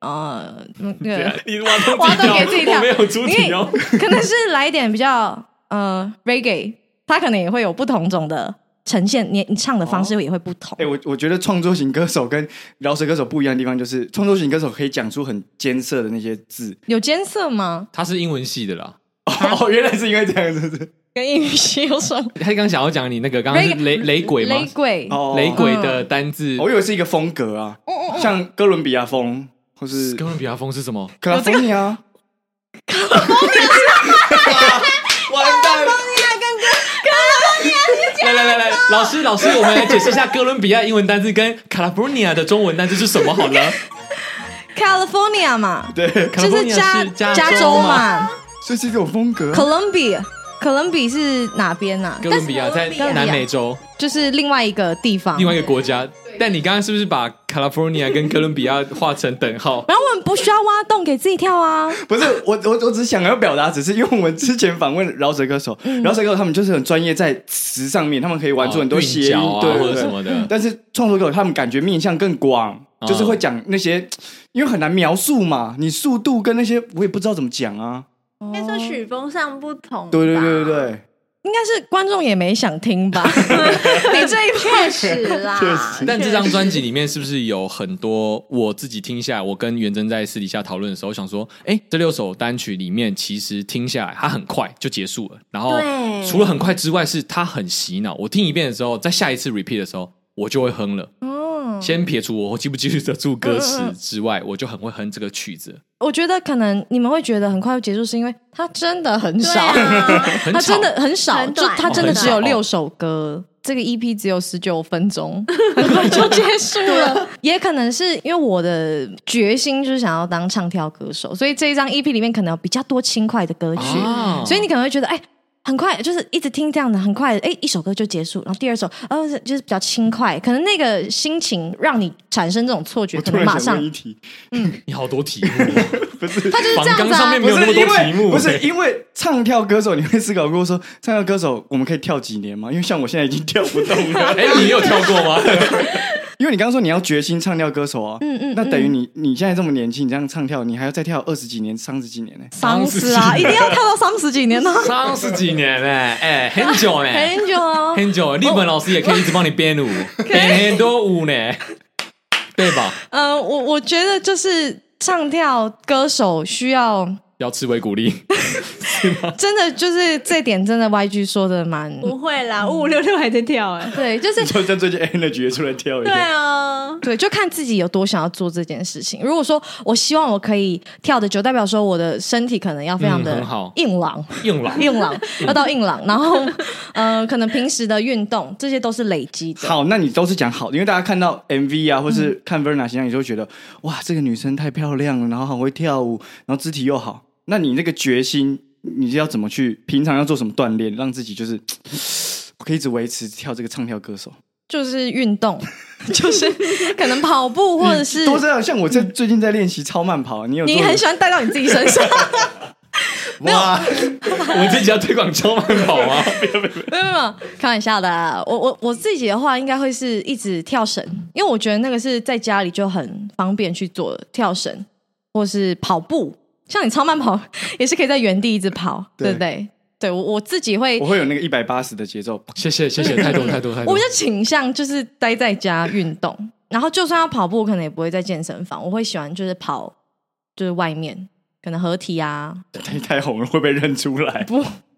Speaker 5: 呃那个，
Speaker 3: 你挖洞
Speaker 5: 挖洞给自己跳
Speaker 3: 我没有啊主
Speaker 5: 你可以
Speaker 3: 体哦。
Speaker 5: 可能是来一点比较呃 reggae，他可能也会有不同种的呈现，你你唱的方式也会不同。
Speaker 1: 哎，我我觉得创作型歌手跟饶舌歌手不一样的地方，就是创作型歌手可以讲出很艰涩的那些字。
Speaker 5: 有监测吗？
Speaker 3: 他是英文系的啦，
Speaker 1: 哦，原来是因为这样，是不是？
Speaker 5: 跟英语系有什么？
Speaker 3: 他刚刚想要讲你那个刚刚是
Speaker 5: Reggae-
Speaker 3: 雷雷鬼吗
Speaker 5: 雷？鬼
Speaker 1: 哦，
Speaker 3: 雷鬼的单字，哦
Speaker 1: 我以为是一个风格啊，像哥伦比亚风或是
Speaker 3: 哥伦比亚风哦是什哦么？
Speaker 1: 克拉风尼亚。
Speaker 3: 完蛋！来来来来，老师老师，我们来解释一下哥伦比亚英文单字跟 California 的中文单字是什么好 了。
Speaker 5: California 嘛，
Speaker 1: 对，
Speaker 5: 就是
Speaker 3: California
Speaker 5: 加
Speaker 3: 是
Speaker 5: 加州
Speaker 3: 州吗？
Speaker 5: 嘛
Speaker 1: 所以是一种风格啊。
Speaker 5: ，Columbia。哥伦比是哪边啊？
Speaker 3: 哥伦比亚在
Speaker 2: 但是哥伦
Speaker 5: 比亚
Speaker 3: 南美洲
Speaker 5: 就是另外一个地方，
Speaker 3: 另外一个国家，但你刚刚是不是把 California 跟哥伦比亚画成等号？
Speaker 5: 然后我们不需要挖洞给自己跳 啊，
Speaker 1: 不是我，我我只是想要表达，只是因为我们之前访问饶舌歌手，饶舌歌手他们就是很专业在词上面，他们可以 玩出很多谐音，
Speaker 3: 嗯哦韵脚啊
Speaker 1: 对对
Speaker 3: 或者
Speaker 1: 对
Speaker 3: 什么的
Speaker 1: 但是创作歌手他们感觉面向更广，
Speaker 3: 嗯
Speaker 1: 就是会讲那些，因为很难描述嘛，你速度跟那些我也不知道怎么讲啊。
Speaker 2: 应该说曲风上不同。
Speaker 1: 对对对对，对，
Speaker 5: 应该是观众也没想 听吧？
Speaker 2: 哎
Speaker 5: 你这一
Speaker 2: 确实啦，
Speaker 1: 确 实
Speaker 3: 但这张专辑里面是不是有很多我自己听下来，我跟元真在私底下讨论的时候，想说，哎、这六首单曲里面，其实听下来它很快就结束了，然后
Speaker 2: 对
Speaker 3: 除了很快之外，是它很洗脑。我听一遍的时候，在下一次 repeat 的时候，我就会哼了。
Speaker 5: 嗯
Speaker 3: 先撇除我记不记得住歌词
Speaker 5: 嗯嗯嗯
Speaker 3: 之外，我就很会哼这个曲子，
Speaker 5: 我觉得可能你们会觉得很快就结束，是因为它真的很
Speaker 2: 对
Speaker 5: 少，
Speaker 2: 啊，
Speaker 3: 很
Speaker 5: 它
Speaker 3: 吵
Speaker 5: 真的很少，
Speaker 2: 很
Speaker 5: 就
Speaker 2: 短
Speaker 5: 它真的只
Speaker 3: 哦
Speaker 5: 有
Speaker 3: 很少
Speaker 5: 六首歌。这个 EP 只有十九 分钟，很快就结束
Speaker 2: 啊
Speaker 5: 了。也可能是因为我的决心就是想要当唱跳歌手，所以这一张 EP 里面可能有比较多轻快的歌曲。
Speaker 3: 啊
Speaker 5: 所以你可能会觉得，哎、很快就是一直听这样的，很快，哎、一首歌就结束，然后第二首，呃，就是比较轻快，可能那个心情让你产生这种错觉，
Speaker 1: 我
Speaker 5: 可
Speaker 1: 突
Speaker 5: 能
Speaker 1: 然
Speaker 5: 马
Speaker 1: 想
Speaker 5: 上
Speaker 1: 问一题，
Speaker 3: 你好多题目哦，
Speaker 5: 他就是
Speaker 3: 仿
Speaker 5: 这样
Speaker 3: 纲
Speaker 5: 子
Speaker 3: 上
Speaker 5: 啊
Speaker 3: 面。没
Speaker 1: 不
Speaker 3: 有
Speaker 1: 是
Speaker 3: 那么
Speaker 1: 因
Speaker 3: 多
Speaker 1: 为
Speaker 3: 题目，
Speaker 1: 不是因为唱跳歌手，你会思考过说唱跳歌手我们可以跳几年吗？因为像我现在已经跳不动 了。
Speaker 3: 哎，你有跳过吗？
Speaker 1: 因为你刚刚说你要决心唱跳歌手啊，
Speaker 5: 嗯嗯
Speaker 1: 那等于你你现在这么年轻，你这样唱跳，你还要再跳二十几年、三十几 年呢、
Speaker 5: 丧尸啊，一定要跳到三十几年呢、
Speaker 3: 三十几年呢，哎，很久呢，
Speaker 5: 很久啊。
Speaker 3: 很久，日本老师也可以一直帮你编 舞，编很多舞呢，对吧？
Speaker 5: 嗯、我我觉得就是唱跳歌手需要，
Speaker 3: 要吃维骨 力，
Speaker 5: 真的就是这点，真的 YG 说的 蛮
Speaker 2: 不会啦，五五六六还在跳哎、
Speaker 5: 对，就是
Speaker 1: 就像最近 Energy 也出来跳一
Speaker 2: 对
Speaker 1: 下，
Speaker 2: 啊，
Speaker 5: 对，就看自己有多想要做这件事情。如果说我希望我可以跳得久，代表说我的身体可能要非常
Speaker 3: 嗯
Speaker 5: 的
Speaker 3: 很好
Speaker 5: 硬朗，
Speaker 3: 硬朗。
Speaker 5: 硬 朗要到硬朗，然后 呃，可能平时的运动这些都是累积的。
Speaker 1: 好，那你都是讲好的，因为大家看到 MV
Speaker 5: 嗯
Speaker 1: 啊，或是看 Verna 形象，你就会觉得哇，这个女生太漂亮了，然后很会跳舞，然后肢体又好。那你那个决心，你要怎么去？平常要做什么锻炼，让自己就是 我可以一直维持跳这个唱跳歌手？
Speaker 5: 就是运 动，就是可能跑步或者 是
Speaker 1: 多这样，像我这最近在练习超慢跑，啊你有
Speaker 5: 你
Speaker 1: 做
Speaker 5: 很喜欢带到你自己身 上。
Speaker 1: 哇，
Speaker 3: 我自己要推广超慢跑啊吗？
Speaker 5: 没有没有没有，开玩笑的啊、我我我自己的话，应该会是一直跳绳，因为我觉得那个是在家里就很方便去做的跳绳，或是跑步。像你超慢跑 也是可以在原地一直跑，对
Speaker 1: 对
Speaker 5: 不对？对我我自己会
Speaker 1: 我，会有那个一百八十的节奏，
Speaker 3: 谢谢谢谢，太多太多太
Speaker 5: 我
Speaker 3: 多
Speaker 5: 比较。倾向就是待在家运动， 然后就算要跑步，我可能也不会在健身房，我会喜欢就是跑就是外面，可能合体 啊，
Speaker 1: 太太红了会被认出来。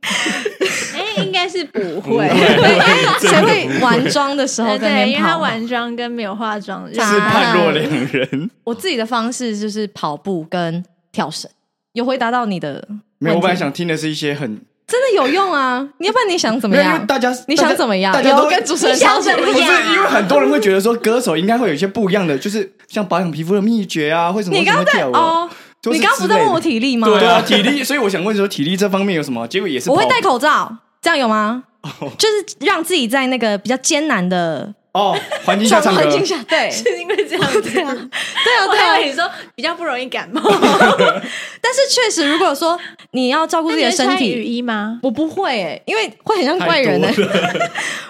Speaker 2: 哎、应该是不会，
Speaker 5: 对，因为谁会完妆的时候
Speaker 2: 哎对
Speaker 5: 在那
Speaker 2: 对，因
Speaker 5: 边
Speaker 2: 为他
Speaker 5: 跑？
Speaker 2: 晚妆跟没有化妆
Speaker 5: 是
Speaker 1: 是
Speaker 5: 啊
Speaker 1: 判若两人。
Speaker 5: 我自己的方式就是跑步跟跳绳，有回答到你的问题
Speaker 1: 没有，我本来想听的是一些很
Speaker 5: 真的有 用啊！你要不然你想怎么
Speaker 1: 没有，因
Speaker 5: 样
Speaker 1: 为？大家
Speaker 5: 你
Speaker 1: 大家
Speaker 5: 想怎么样？
Speaker 1: 大家
Speaker 5: 有
Speaker 1: 都
Speaker 5: 跟主持人
Speaker 2: 你想
Speaker 5: 吵起来
Speaker 2: 怎
Speaker 1: 不
Speaker 2: 么
Speaker 1: 是
Speaker 2: 样啊
Speaker 1: 因为很多人会觉得说歌手应该会有一些不一样的，就是像保养皮肤的秘诀啊，为什么
Speaker 5: 你刚刚
Speaker 1: 为什
Speaker 5: 在
Speaker 1: 么会跳舞？
Speaker 5: 哦，
Speaker 1: 就是
Speaker 5: 你刚刚不是在问我体力吗？
Speaker 1: 之类 的对啊，体力，所以我想问说体力这方面有什么？结果也是
Speaker 5: 我会
Speaker 1: 跑
Speaker 5: 戴口罩，这样有吗？就是让自己在那个比较艰难的
Speaker 1: 哦， 环境下
Speaker 5: 状
Speaker 1: 唱
Speaker 5: 况
Speaker 1: 歌
Speaker 5: 环，境下，对
Speaker 2: 是因为这样子。对啊，
Speaker 5: 对啊，
Speaker 2: 我
Speaker 5: 对
Speaker 2: 以
Speaker 5: 啊。
Speaker 2: 为你说比较不容易感 冒，
Speaker 5: 但是确实，如果说你要照顾自己的身
Speaker 2: 那你会穿
Speaker 5: 体
Speaker 2: 雨，衣吗？
Speaker 5: 我不会诶、因为会很像怪人诶、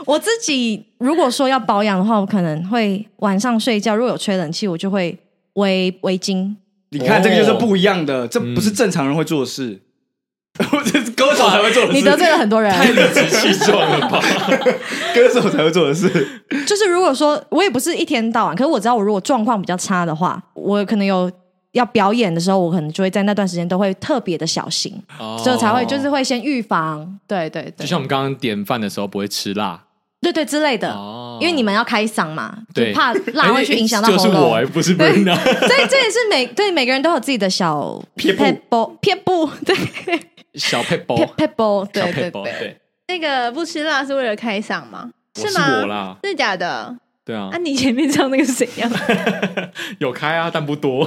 Speaker 5: 我自己如果说要保养的话，我可能会晚上睡觉，如果有吹冷气，我就会围围巾。
Speaker 1: 你看这个就是不一样的，这不是正常人会做的事，这是歌手才会做的
Speaker 5: 你得
Speaker 1: 事，
Speaker 5: 罪了很多人。
Speaker 3: 气壮了吧？
Speaker 1: 歌手才会做的事。
Speaker 5: 就是如果说我也不是一天到晚，可是我知道我如果状况比较差的话，我可能有。要表演的时候，我可能就会在那段时间都会特别的小心，所以才会 哦就是会先预防，对对对
Speaker 3: 哦就，像我们刚刚点饭的时候不会吃辣
Speaker 5: 对对之类的，
Speaker 3: 哦
Speaker 5: 因为你们要开嗓嘛，就
Speaker 3: 对
Speaker 5: 怕辣会去影响到
Speaker 3: 就
Speaker 5: 喉
Speaker 3: 是
Speaker 5: 咙。
Speaker 3: 我哎，不是 b r n a
Speaker 5: 这这也是每 对每个人都有自己的小
Speaker 1: 撇步
Speaker 5: 步撇步，对
Speaker 3: 小佩包，
Speaker 5: 撇撇步，
Speaker 3: 哦小
Speaker 5: 对
Speaker 3: 佩
Speaker 5: 对
Speaker 3: 包，
Speaker 5: 对。
Speaker 2: 那
Speaker 3: 对，
Speaker 2: 个不吃辣是为了开嗓吗？
Speaker 3: 我是
Speaker 2: 吗？
Speaker 3: 我啦，
Speaker 2: 真的假的？
Speaker 3: 对啊
Speaker 2: 啊，，你前面唱那个是怎 样？
Speaker 3: 有开啊，但不多，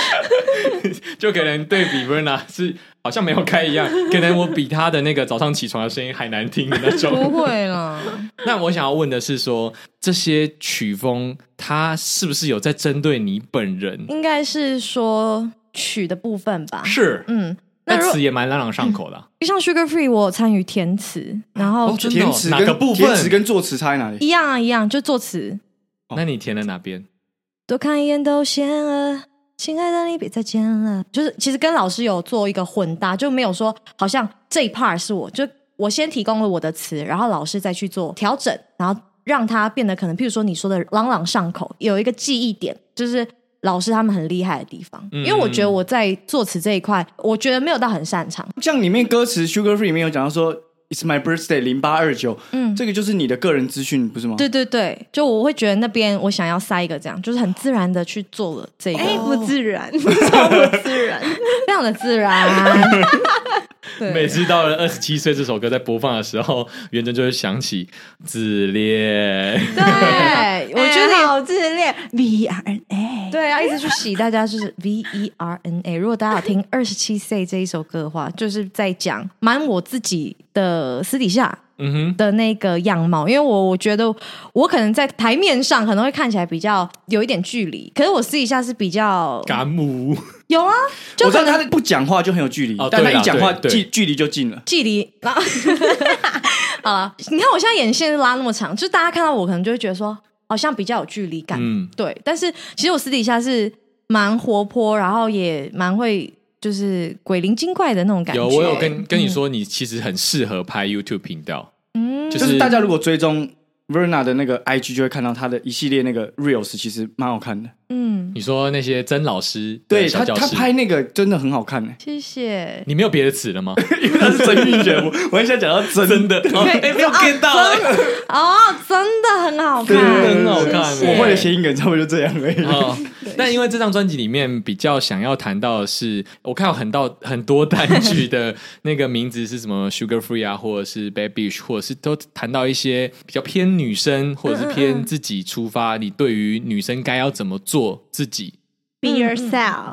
Speaker 3: 就可能对比 b r n a 是好像没有开一样，可能我比他的那个早上起床的声音还难听的那种，
Speaker 5: 不会啦，
Speaker 3: 那我想要问的是说这些曲风它是不是有在针对你本人？
Speaker 5: 应该是说曲的部分吧。
Speaker 3: 是，
Speaker 5: 嗯，那
Speaker 3: 那
Speaker 5: 如
Speaker 3: 词也蛮朗朗上口的啊、
Speaker 5: 像 Sugar Free，我有参与填词，然后
Speaker 3: 哦 真的
Speaker 1: 填词
Speaker 3: 哪
Speaker 1: 跟
Speaker 3: 个部分
Speaker 1: 填词跟作词差在哪里？
Speaker 5: 一样啊一样，就作词。
Speaker 3: 那你填了哪边？
Speaker 5: 多看一眼都嫌了，亲爱的你别再见了。就是其实跟老师有做一个混搭，就没有说好像这一 part 是我，就我先提供了我的词，然后老师再去做调整，然后让它变得可能，譬如说你说的朗朗上口，有一个记忆点，就是。老师他们很厉害的地方，因为我觉得我在作词这一块，我觉得没有到很擅长。
Speaker 1: 像里面歌词《Sugar Free》里面有讲到说， It's my birthday 零八二九，
Speaker 5: 嗯
Speaker 1: 这个就是你的个人资讯，不是吗？
Speaker 5: 对对对，就我会觉得那边我想要塞一个这样，就是很自然的去做了这个，
Speaker 2: 哎，不自然，
Speaker 5: 哦
Speaker 2: 超不自然。
Speaker 5: 非常的自然。
Speaker 3: 每
Speaker 5: 对，
Speaker 3: 次到了二十七岁这首歌在播放的时候，元真就会想起自恋。
Speaker 1: 哎
Speaker 5: 对，我觉
Speaker 2: 哎
Speaker 5: 得。
Speaker 2: 好嗯自恋，V R N A，
Speaker 5: 对，要一直去洗大家，就是 V E R N A。如果大家有听《二十七岁》这一首歌的话，就是在讲瞒我自己的私底下
Speaker 3: 嗯哼，
Speaker 5: 的那个样貌，因为我我觉得我可能在台面上可能会看起来比较有一点距离，可是我私底下是比较
Speaker 3: 敢母，
Speaker 5: 有啊，就
Speaker 1: 我知
Speaker 5: 可
Speaker 1: 道他
Speaker 5: 能
Speaker 1: 不讲话就很有距离
Speaker 3: 哦，
Speaker 1: 但他
Speaker 3: 对啦
Speaker 1: 一讲话
Speaker 3: 对
Speaker 1: 距距离就近了。
Speaker 5: 距离。 然后 好了，你看我现在眼线拉那么长，就是大家看到我可能就会觉得说好像比较有距离感，
Speaker 3: 嗯，
Speaker 5: 对。但是其实我私底下是蛮活泼，然后也蛮会就是鬼灵精怪的那种感觉。
Speaker 3: 有我有跟跟你说，你其实很适合拍 YouTube 频道，
Speaker 5: 嗯，
Speaker 3: 就
Speaker 1: 就是
Speaker 3: 是
Speaker 1: 大家如果追踪 Verna 的那个 IG，就会看到他的一系列那个 reels，其实蛮好看的。
Speaker 5: 嗯，
Speaker 3: 你说那些曾老师，
Speaker 1: 对
Speaker 3: 小
Speaker 1: 他，
Speaker 3: 教
Speaker 1: 他
Speaker 3: 室，
Speaker 1: 拍那个真的很好看欸诶、
Speaker 5: 谢谢。
Speaker 3: 你没有别的词了吗？
Speaker 1: 因为他是真韵脚，我我很想讲到真
Speaker 3: 真的，哦哎、没有 get 到、哎
Speaker 5: 哦，真的很好
Speaker 1: 对对
Speaker 5: 看，
Speaker 1: 对
Speaker 3: 很好看欸
Speaker 5: 谢谢
Speaker 1: 我会的谐音梗差不多就这样而已。
Speaker 3: 哦，那因为这张专辑里面比较想要谈到的是，我看有很到很多单曲的那个名字是什么 Sugar Free 啊，或者是 Bad Bitch，或者是都谈到一些比较偏女生，或者是
Speaker 5: 嗯
Speaker 3: 偏自己出发，你对于女生该要怎么做自己
Speaker 2: ，Be
Speaker 5: 嗯
Speaker 2: yourself，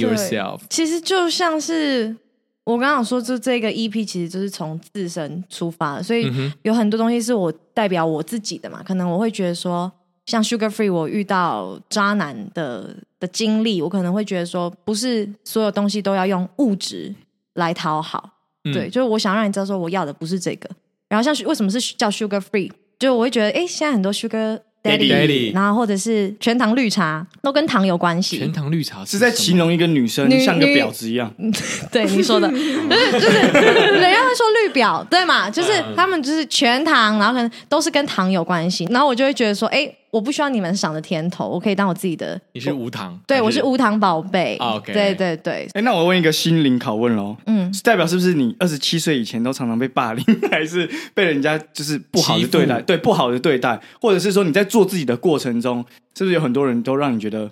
Speaker 5: 对
Speaker 3: yourself，
Speaker 5: 其实就像是我刚刚有说，就这个 EP 其实就是从自身出发的，所以
Speaker 3: 嗯哼
Speaker 5: 有很多东西是我代表我自己的嘛。可能我会觉得说，像 Sugar Free，我遇到渣男的的经历，我可能会觉得说，不是所有东西都要用物质来讨好。
Speaker 3: 嗯
Speaker 5: 对，就是我想让你知道说我要的不是这个。然后像为什么是叫 Sugar Free，就我会觉得，哎，现在很多 Sugar
Speaker 3: Daddy
Speaker 5: Daddy，然后或者是全糖绿茶，都跟糖有关系。
Speaker 3: 全糖绿茶
Speaker 1: 是在
Speaker 3: 什么
Speaker 1: 形容一个女生
Speaker 5: 女
Speaker 1: 像个
Speaker 5: 女
Speaker 1: 婊子一样，
Speaker 5: 对你说 的，就是就是人家会说绿表，对嘛？就是
Speaker 3: 嗯
Speaker 5: 他们就是全糖，然后可能都是跟糖有关系，然后我就会觉得说，哎、我不需要你们赏的甜头，我可以当我自己的。
Speaker 3: 你哦是无糖，
Speaker 5: 对，
Speaker 3: 还
Speaker 5: 我是无糖宝贝。
Speaker 3: 啊，OK
Speaker 5: 对对对，
Speaker 1: 哎、那我问一个心灵拷问喽，
Speaker 5: 嗯，
Speaker 1: 代表是不是你二十七岁以前都常常被霸凌， 还是被人家就是不好的对
Speaker 3: 欺
Speaker 1: 待？
Speaker 3: 负
Speaker 1: 对，不好的对待，或者是说你在做自己的过程中，是不是有很多人都让你觉得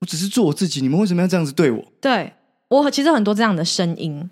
Speaker 1: 我只是做我自己，你们为什么要这样子对我？
Speaker 5: 对我其实很多这样的声音，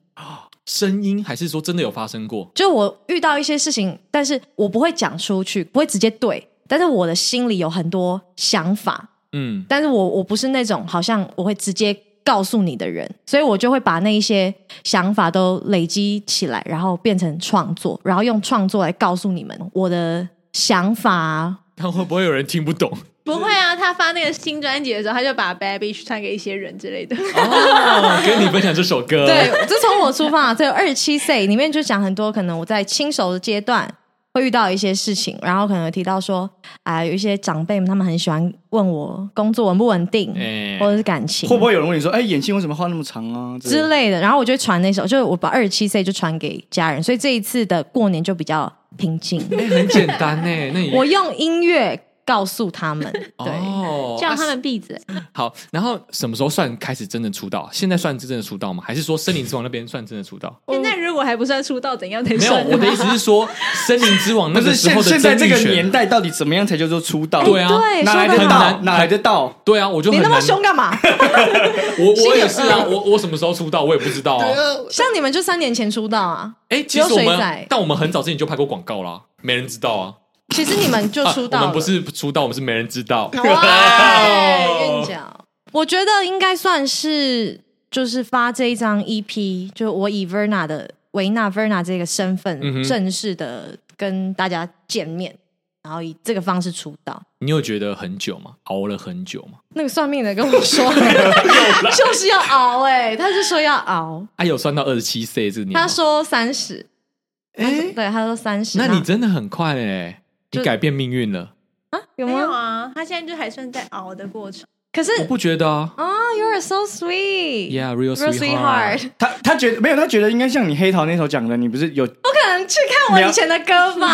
Speaker 3: 声音，还是说真的有发生过？
Speaker 5: 就我遇到一些事情，但是我不会讲出去，不会直接对，但是我的心里有很多想法，
Speaker 3: 嗯，
Speaker 5: 但是我我不是那种好像我会直接告诉你的人，所以我就会把那一些想法都累积起来，然后变成创作，然后用创作来告诉你们我的想法啊。
Speaker 3: 看会不会有人听不懂？
Speaker 2: 不会啊，他发那个新专辑的时候，他就把 Baby 传给一些人之类的。
Speaker 3: 哦，跟你分享这首歌，
Speaker 5: 对， 这从我出发，这二十七岁里面就讲很多，可能我在亲手的阶段会遇到一些事情，然后可能有提到说，啊、有一些长辈们他们很喜欢问我工作稳不稳定，
Speaker 3: 哎
Speaker 5: 或者是感情，啊
Speaker 1: 会不会有人问你说，哎、眼镜为什么画那么长啊？之类
Speaker 5: 之
Speaker 1: 的
Speaker 5: 类的。然后我就会传那首，就是我把二十七岁就传给家人，所以这一次的过年就比较平 静。
Speaker 3: 哎、很简单呢。那你
Speaker 5: 我用音乐告诉他们，对，
Speaker 3: 哦，
Speaker 2: 叫他们闭嘴。
Speaker 3: 好，然后什么时候算开始真的出道？现在算是真的出道吗？还是说森林之王那边算真的出道？
Speaker 2: 现在如果还不算出道，怎样才
Speaker 3: 哦没有，
Speaker 2: 算呢？
Speaker 3: 我的意思是说，森林之王
Speaker 1: 不
Speaker 3: 那
Speaker 1: 是
Speaker 3: 个时
Speaker 1: 现
Speaker 3: 候的
Speaker 1: 现在这个
Speaker 3: 争议权
Speaker 1: 年代到底怎么样才叫做出道？
Speaker 3: 对啊，
Speaker 5: 对
Speaker 1: 哪来
Speaker 5: 说
Speaker 1: 的
Speaker 5: 得
Speaker 1: 道
Speaker 3: 好？
Speaker 1: 哪来的道？
Speaker 3: 对啊，我就
Speaker 5: 你
Speaker 3: 很
Speaker 5: 那么
Speaker 3: 难。
Speaker 5: 凶干嘛？
Speaker 3: 我我也是啊，我我什么时候出道我也不知道啊。
Speaker 5: 像你们就三年前出道啊，
Speaker 3: 哎，其实我
Speaker 5: 流水仔
Speaker 3: 们，但我们很早之前就拍过广告啦，没人知道啊。
Speaker 5: 其实你们就 出道
Speaker 3: 啊
Speaker 5: 了，
Speaker 3: 我们不是出道，我们是没人知道。
Speaker 5: 哇，韵脚，我觉得应该算是就是发这一张 EP，就是我以 Verna 的维纳 Verna 这个身
Speaker 3: 嗯哼
Speaker 5: 份正式的跟大家见面，然后以这个方式出道。
Speaker 3: 你有觉得很久吗？熬了很久吗？
Speaker 5: 那个算命的跟我 说，就是要熬哎、他就说要熬，
Speaker 3: 啊，有算到二十七岁这个年吗？
Speaker 5: 他说三十、
Speaker 3: 哎，
Speaker 5: 对，他说三十，啊
Speaker 3: 那你真的很快嘞，你
Speaker 5: 就
Speaker 3: 改变命运了。
Speaker 5: 有
Speaker 2: 没有
Speaker 5: 吗？
Speaker 2: 啊，他现在就还算在熬的过程。
Speaker 5: 可是
Speaker 3: 我不觉得啊。
Speaker 5: 啊、y o u are so sweet，real、
Speaker 3: Yeah, real sweetheart。
Speaker 5: sweetheart，
Speaker 1: 他他觉得没有，他觉得应该像你黑桃那首讲的，你不是有
Speaker 5: 不可能去看我以前的歌吧？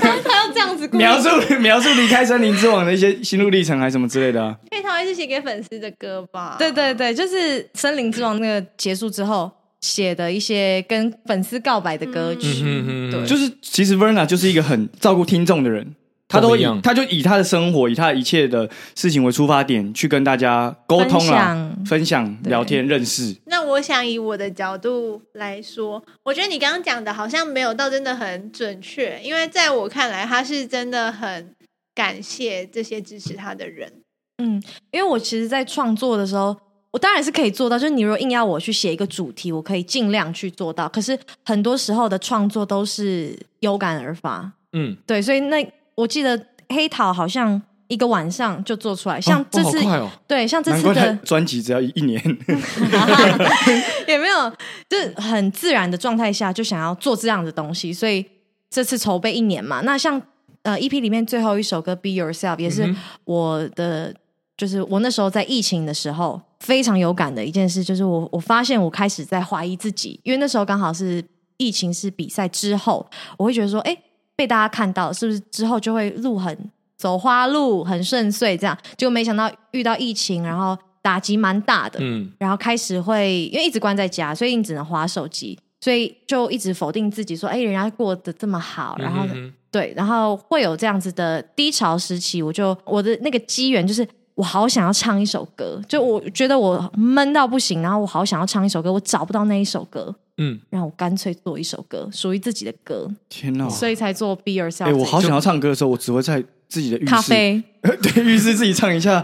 Speaker 5: 他他要这样子故 意
Speaker 1: 描述描述离开森林之王的一些心路历程，还是什么之类的、啊？
Speaker 2: 因为他还是写给粉丝的歌吧？
Speaker 5: 对对对，就是《森林之王》那个结束之后，写的一些跟粉丝告白的歌曲，
Speaker 3: 嗯哼哼
Speaker 5: 对，
Speaker 1: 就是其实 Verna 就是一个很照顾听众的人，他都
Speaker 3: 跟我一
Speaker 1: 以
Speaker 3: 样
Speaker 1: 他就以他的生活，以他一切的事情为出发点去跟大家沟通啦、分享、
Speaker 5: 对
Speaker 1: 聊天、认识。
Speaker 2: 那我想以我的角度来说，我觉得你刚刚讲的好像没有到真的很准确，因为在我看来，他是真的很感谢这些支持他的人。
Speaker 5: 嗯，因为我其实，在创作的时候，我当然是可以做到，就是你如果硬要我去写一个主题，我可以尽量去做到。可是很多时候的创作都是有感而发，
Speaker 3: 嗯，
Speaker 5: 对，所以那我记得黑桃好像一个晚上就做出来，像
Speaker 3: 哦
Speaker 5: 这次、
Speaker 3: 哦好快哦，
Speaker 5: 对，像这
Speaker 1: 难
Speaker 5: 次
Speaker 1: 怪他
Speaker 5: 的
Speaker 1: 专辑只要一一年，
Speaker 5: 也没有，就是很自然的状态下就想要做这样的东西，所以这次筹备一年嘛。那像呃 EP 里面最后一首歌《Be Yourself》也是
Speaker 3: 嗯哼
Speaker 5: 我的，就是我那时候在疫情的时候非常有感的一件事，就是我我发现我开始在怀疑自己，因为那时候刚好是疫情是比赛之后，我会觉得说，哎、被大家看到，是不是之后就会路很走花路很顺遂这样？结果没想到遇到疫情，然后打击蛮大的，
Speaker 3: 嗯，
Speaker 5: 然后开始会因为一直关在家，所以你只能划手机，所以就一直否定自己说，哎，人家过得这么好，然后、
Speaker 3: 嗯哼
Speaker 5: 对，然后会有这样子的低潮时期，我就我的那个机缘就是。我好想要唱一首歌，就我觉得我闷到不行，然后我好想要唱一首歌，我找不到那一首歌，
Speaker 3: 嗯，
Speaker 5: 然后我干脆做一首歌，属于自己的歌，
Speaker 1: 天哪！
Speaker 5: 所以才做 Be Yourself 这
Speaker 1: 哎、
Speaker 5: 一首。
Speaker 1: 我好想要唱歌的时候，我只会在自己的浴
Speaker 5: 咖
Speaker 1: 室，
Speaker 5: 啡，
Speaker 1: 对浴室自己唱一下。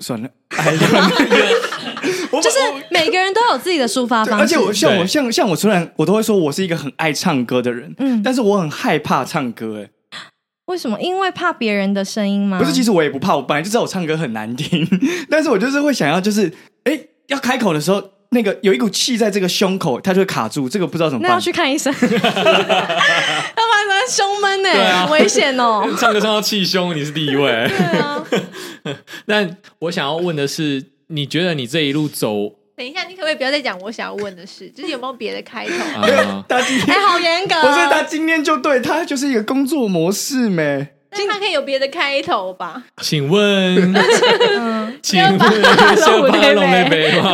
Speaker 1: 算了，哎呀， 我
Speaker 5: 就是每个人都有自己的抒发
Speaker 1: 对
Speaker 5: 方式。
Speaker 1: 而且我像我
Speaker 3: 对
Speaker 1: 像像我虽然我都会说我是一个很爱唱歌的人，
Speaker 5: 嗯
Speaker 1: 但是我很害怕唱歌、哎。
Speaker 5: 为什么？因为怕别人的声音吗？
Speaker 1: 不是，其实我也不怕，我本来就知道我唱歌很难听，但是我就是会想要，就是哎、诶要开口的时候，那个有一股气在这个胸口，它就会卡住，这个不知道怎么
Speaker 5: 那
Speaker 1: 办
Speaker 5: 要。去看医生，要 不然他胸闷呢、
Speaker 3: 对啊
Speaker 5: 危险 哦、
Speaker 3: 唱歌唱到气胸，你是第一 位。
Speaker 5: 对 啊，
Speaker 3: 但我想要问的是，你觉得你这一路走
Speaker 2: 等一下，你可不可以不要再讲我想要问的事？就是有没有别的开头？
Speaker 3: 啊、
Speaker 1: 他今天、
Speaker 5: 哎、好严格、
Speaker 1: 不是他今天就对他就是一个工作模式没。
Speaker 2: 那他可以有别的开头 吧？
Speaker 3: 请 问，
Speaker 5: 嗯，
Speaker 3: 请问是八龙那杯吗？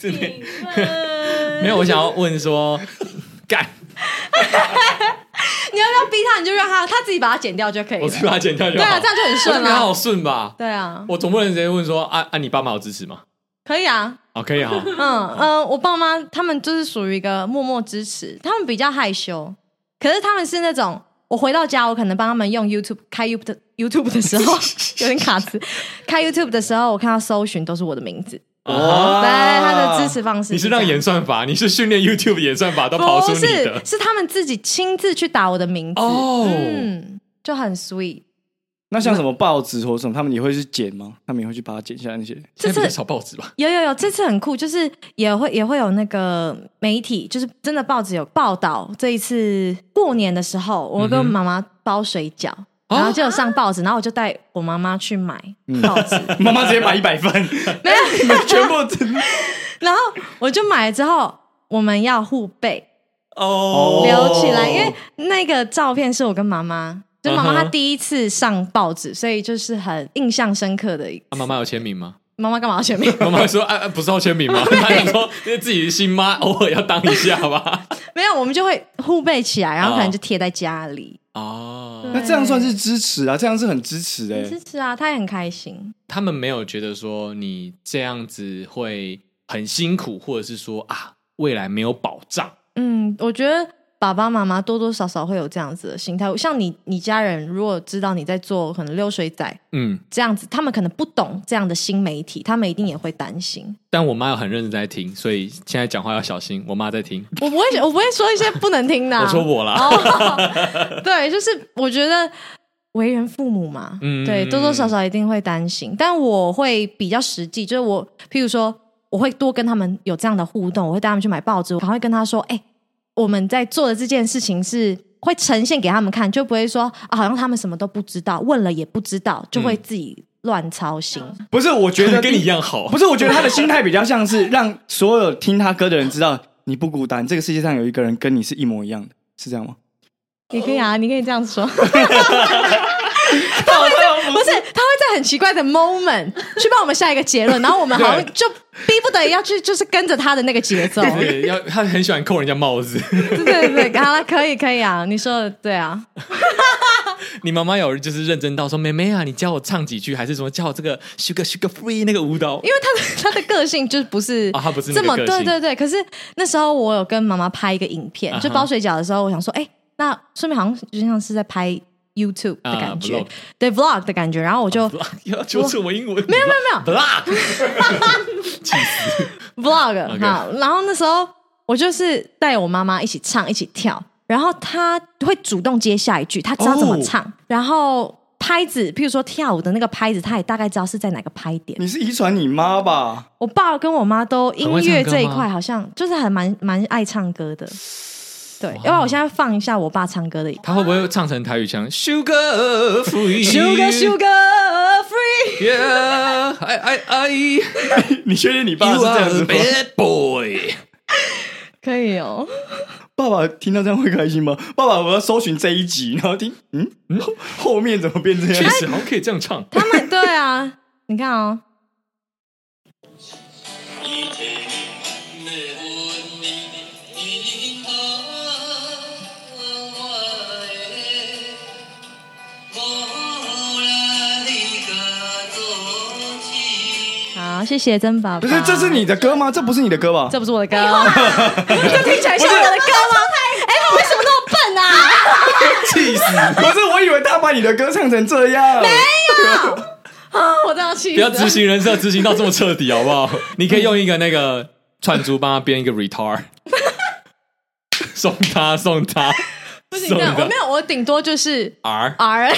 Speaker 2: 请问
Speaker 3: 没有，我想要问 说，干，
Speaker 5: 你要不要逼他？你就让他他自己把它剪掉就可以
Speaker 3: 我
Speaker 5: 了。
Speaker 3: 去把它剪掉就
Speaker 5: 对
Speaker 3: 好。
Speaker 5: 啊，这样就很顺
Speaker 3: 我觉得好
Speaker 5: 了。
Speaker 3: 顺吧？
Speaker 5: 对啊，
Speaker 3: 我总不能直接问说，啊啊，你爸妈有支持吗？
Speaker 5: 可以啊。
Speaker 3: 好，可以 好。
Speaker 5: 嗯呃，我爸妈他们就是属于一个默默支持，他们比较害羞，可是他们是那种我回到家，我可能帮他们用 YouTube 开 YouTube 的 YouTube 的时 候有点卡词，开 YouTube 的时候，我看到搜寻都是我的名字，
Speaker 3: 哦，
Speaker 5: 对他的支持方式
Speaker 3: 你是
Speaker 5: 这
Speaker 3: 让
Speaker 5: 样
Speaker 3: 演算法，你是训练 YouTube 演算法都跑出
Speaker 5: 不
Speaker 3: 你
Speaker 5: 是
Speaker 3: 的，
Speaker 5: 哦是他们自己亲自去打我的名字，
Speaker 3: 哦
Speaker 5: 嗯，就很 sweet。
Speaker 1: 那像什么报纸或什么，他们也会去剪吗？他们也会去把它剪下来那些。
Speaker 5: 这
Speaker 3: 现在比较
Speaker 5: 次
Speaker 3: 少报纸吧？
Speaker 5: 有有有，这次很酷，就是也会也会有那个媒体，就是真的报纸有报道。这一次过年的时候，我
Speaker 3: 嗯
Speaker 5: 跟
Speaker 3: 哼
Speaker 5: 妈妈包水饺，
Speaker 3: 哦
Speaker 5: 然后就有上报纸，然后我就带我妈妈去买
Speaker 3: 嗯
Speaker 5: 报 纸，
Speaker 1: 妈妈直接买一百份，
Speaker 5: 没有，
Speaker 1: 全部真
Speaker 5: 然后我就买了之后，我们要互背
Speaker 1: 哦
Speaker 5: 留起来，因为那个照片是我跟妈妈。就妈妈她
Speaker 3: 嗯哼
Speaker 5: 第一次上报纸，所以就是很印象深刻的一
Speaker 3: 啊妈妈有签名吗？
Speaker 5: 妈妈干嘛要选面？
Speaker 3: 妈妈说：“啊，啊不是要签 名吗？”她想说：“因为自己的新妈， 偶尔要当一下 吧。
Speaker 5: 没有，我们就会互背起来，然后可能就贴在家里。”
Speaker 3: 哦，
Speaker 1: 那这样算是支持啊，这样是很支持的、
Speaker 5: 很支持啊，他也很开心。
Speaker 3: 他们没有觉得说你这样子会很辛苦，或者是说啊，未来没有保障。
Speaker 5: 嗯，我觉得爸爸妈妈多多少少会有这样子的心态。像你，你家人如果知道你在做可能溜水仔
Speaker 3: 嗯，
Speaker 5: 这样子，他们可能不懂这样的新媒体，他们一定也会担心。
Speaker 3: 但我妈有很认真在听，所以现在讲话要小心。我妈在听，
Speaker 5: 我不会，我不会说一些不能听的啊、
Speaker 3: 我说我啦。
Speaker 5: 哦， 对，就是我觉得为人父母嘛，
Speaker 3: 嗯
Speaker 5: 对，多多少少一定会担心，但我会比较实际，就是我，譬如说，我会多跟他们有这样的互动，我会带他们去买报纸，我还会跟他说，哎、我们在做的这件事情是。会呈现给他们看，就不会说啊，好像他们什么都不知道，问了也不知道，就
Speaker 3: 嗯
Speaker 5: 会自己乱操心。
Speaker 1: 不是，我觉得
Speaker 3: 跟你一样好
Speaker 1: 不是，我觉得他的心态比较像是让所有听他歌的人知道你不孤单，这个世界上有一个人跟你是一模一样的，是这样吗？
Speaker 3: 哦
Speaker 5: 也可以啊，你可以这样说。
Speaker 1: 他们
Speaker 5: 不是，他会在很奇怪的 moment 去帮我们下一个结 论，然后我们好像就逼不得已要去，就是跟着他的那个节奏。
Speaker 3: 对，要他很喜欢扣人家帽子。
Speaker 5: 对对对，好了，可以可以啊，你说的对啊，
Speaker 3: 你妈妈有就是认真到说：“妹妹啊，你教我唱几句，还是什么教我这个 sugar sugar free 那个舞蹈
Speaker 5: 因为他的他的个性就是不 是
Speaker 3: 啊他不是那
Speaker 5: 这
Speaker 3: 个
Speaker 5: 么
Speaker 3: 个性
Speaker 5: 对对对。可是那时候我有跟妈妈拍一个影片
Speaker 3: 啊，哈
Speaker 5: 就包水饺的时候，我想说，哎，那顺便好像就像是在拍 YouTube 的感觉，
Speaker 3: 啊，vlog 哦
Speaker 5: 对 vlog 的感觉，然后我就
Speaker 3: block？” 要纠正我英文？
Speaker 5: 没有没有没有
Speaker 3: block。
Speaker 5: vlog
Speaker 3: OK
Speaker 5: 好，然后那时候我就是带我妈妈一起唱，一起跳，然后她会主动接下一句，她知道怎么
Speaker 1: 哦
Speaker 5: 唱，然后拍子，譬如说跳舞的那个拍子，她也大概知道是在哪个拍点。
Speaker 1: 你是遗传你妈吧？
Speaker 5: 我爸跟我妈都音乐这一
Speaker 3: 很会唱歌吗
Speaker 5: 块好像就是还蛮蛮爱唱歌的，对，要不然我现在放一下我爸唱歌的。
Speaker 3: 他会不会唱成台语腔？Sugar free
Speaker 5: Sugar Sugar Free，
Speaker 3: yeah，哎哎哎，You
Speaker 1: 你确定你爸是这样
Speaker 3: are
Speaker 1: 子
Speaker 3: a
Speaker 1: 吗？
Speaker 3: bad boy。
Speaker 5: 哎可以哦。
Speaker 1: 爸爸听到这样会开心吗？爸爸，我要搜寻这一集，然后听，嗯嗯，后后面怎么变这
Speaker 3: 确
Speaker 1: 样？
Speaker 3: 实，好像可以这样唱。
Speaker 5: 他们对啊，你看哦，好，谢谢曾宝宝。
Speaker 1: 不是，这是你的歌吗？这不是你的歌吧？
Speaker 5: 这不是我的歌， 这听起来像我的歌吗？哎，我为什么那么笨啊？
Speaker 1: 气死！不是，我以为他把你的歌唱成这样。
Speaker 5: 啊，我都要气
Speaker 3: 不要执
Speaker 5: 死！
Speaker 3: 行人设，执行到这么彻底，好不 好？你可以用一个那个串珠帮他编一个 retard，送他送他，
Speaker 5: 不行，
Speaker 3: 送
Speaker 5: 这样我
Speaker 3: 他
Speaker 5: 没有，我顶多就是。
Speaker 3: R
Speaker 5: R，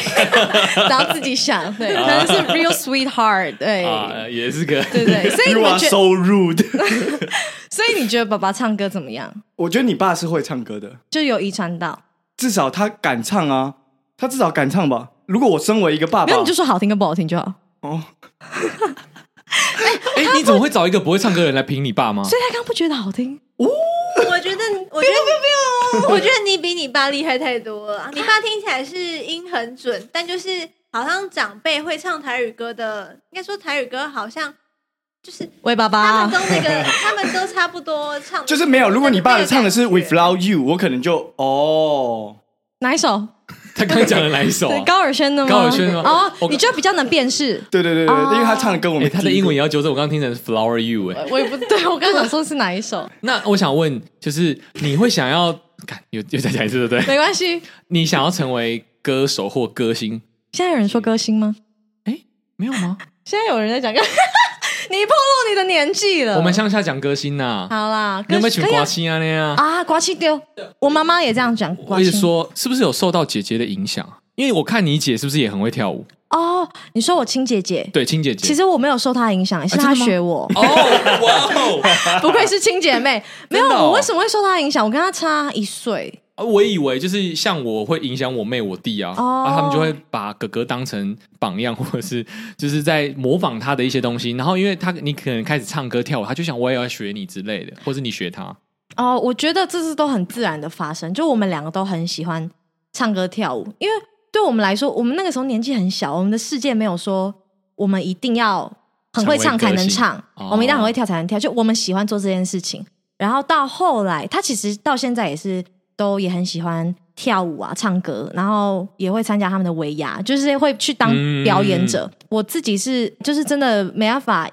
Speaker 5: 然后自己想，对，可能是 Real Sweetheart，对，
Speaker 3: 啊，也是个
Speaker 5: 哎对对，所以
Speaker 1: You
Speaker 5: 你们
Speaker 1: are
Speaker 5: 觉，
Speaker 1: so rude。
Speaker 5: 所以你觉得爸爸唱歌怎么样？
Speaker 1: 我觉得你爸是会唱歌的，
Speaker 5: 就有遗传到，
Speaker 1: 至少他敢唱啊，他至少敢唱吧。如果我身为一个爸
Speaker 5: 没
Speaker 1: 爸
Speaker 5: 有你，就说好听跟不好听就好。
Speaker 1: 哦，
Speaker 3: 哎，你怎么会找一个不会唱歌的人来评你爸吗？
Speaker 5: 所以他刚刚不觉得好听，
Speaker 2: 我觉得， 我觉得，我觉得你比你爸厉害太多了啊。你爸听起来是音很准，但就是好像长辈会唱台语歌的，应该说台语歌好像就是
Speaker 5: 喂爸
Speaker 2: 他们
Speaker 5: 爸
Speaker 2: 都，那个， 他们都差不多唱
Speaker 1: 啊
Speaker 2: 的，
Speaker 1: 就是没有。如果你爸唱的是
Speaker 2: 那个感觉
Speaker 1: Without You，我可能就哦，
Speaker 5: 哪一首？
Speaker 3: 他刚讲的哪一首
Speaker 5: 对，
Speaker 3: 啊？
Speaker 5: 高尔宣的吗？
Speaker 3: 哦高尔宣的吗
Speaker 5: 哦
Speaker 3: 我，
Speaker 5: 你觉得比较能辨识？
Speaker 1: 对对对对，
Speaker 5: 哦
Speaker 1: 因为他唱的歌我
Speaker 3: 哎，
Speaker 1: 们
Speaker 3: 他的英文也要纠正，我刚刚听成 flower you 哎。
Speaker 5: 我也不对，我刚刚想说是哪一首，
Speaker 3: 那我想问，就是你会想要，看又又再讲一次，对不对？
Speaker 5: 没关系。
Speaker 3: 你想要成为歌手或歌星？哎
Speaker 5: 现在有人说歌星吗？
Speaker 3: 没有吗？
Speaker 5: 现在有人在讲歌， 你暴露你的年纪了。
Speaker 3: 我们向下讲歌星呐。
Speaker 5: 好啦，
Speaker 3: 你有没有请
Speaker 5: 可以啊
Speaker 3: 瓜青啊那样？
Speaker 5: 啊？刮气丢，我妈妈也这样讲。
Speaker 3: 我
Speaker 5: 刮
Speaker 3: 一直
Speaker 5: 气
Speaker 3: 说，是不是有受到姐姐的影响？因为我看你姐是不是也很会跳舞？
Speaker 5: 哦，你说我亲姐姐，
Speaker 3: 对，亲姐姐。啊
Speaker 5: 其实我没有受她影响，是
Speaker 3: 真的
Speaker 5: 她
Speaker 3: 吗
Speaker 5: 学我。
Speaker 3: 哦，哇
Speaker 5: 不愧是亲姐妹，没有
Speaker 3: 真的哦
Speaker 5: 我为什么会受她影响？我跟她差一岁，
Speaker 3: 哦！ 我以为就是像我会影响我妹我弟啊，
Speaker 5: 哦
Speaker 3: 啊，他们就会把哥哥当成榜样，或者是就是在模仿他的一些东西。然后因为他你可能开始唱歌跳舞，他就想我也要学你之类的，或是你学他。
Speaker 5: 哦，我觉得这是都很自然的发生，就我们两个都很喜欢唱歌跳舞，因为对我们来说，我们那个时候年纪很小，我们的世界没有说我们一定要很会唱才能唱
Speaker 3: 成为歌星，
Speaker 5: 我们一定要很会跳才能跳，就我们喜欢做这件事情。然后到后来，他其实到现在也是都也很喜欢跳舞啊、唱歌，然后也会参加他们的维亚，就是会去当
Speaker 3: 嗯
Speaker 5: 表演者。我自己是就是真的没办法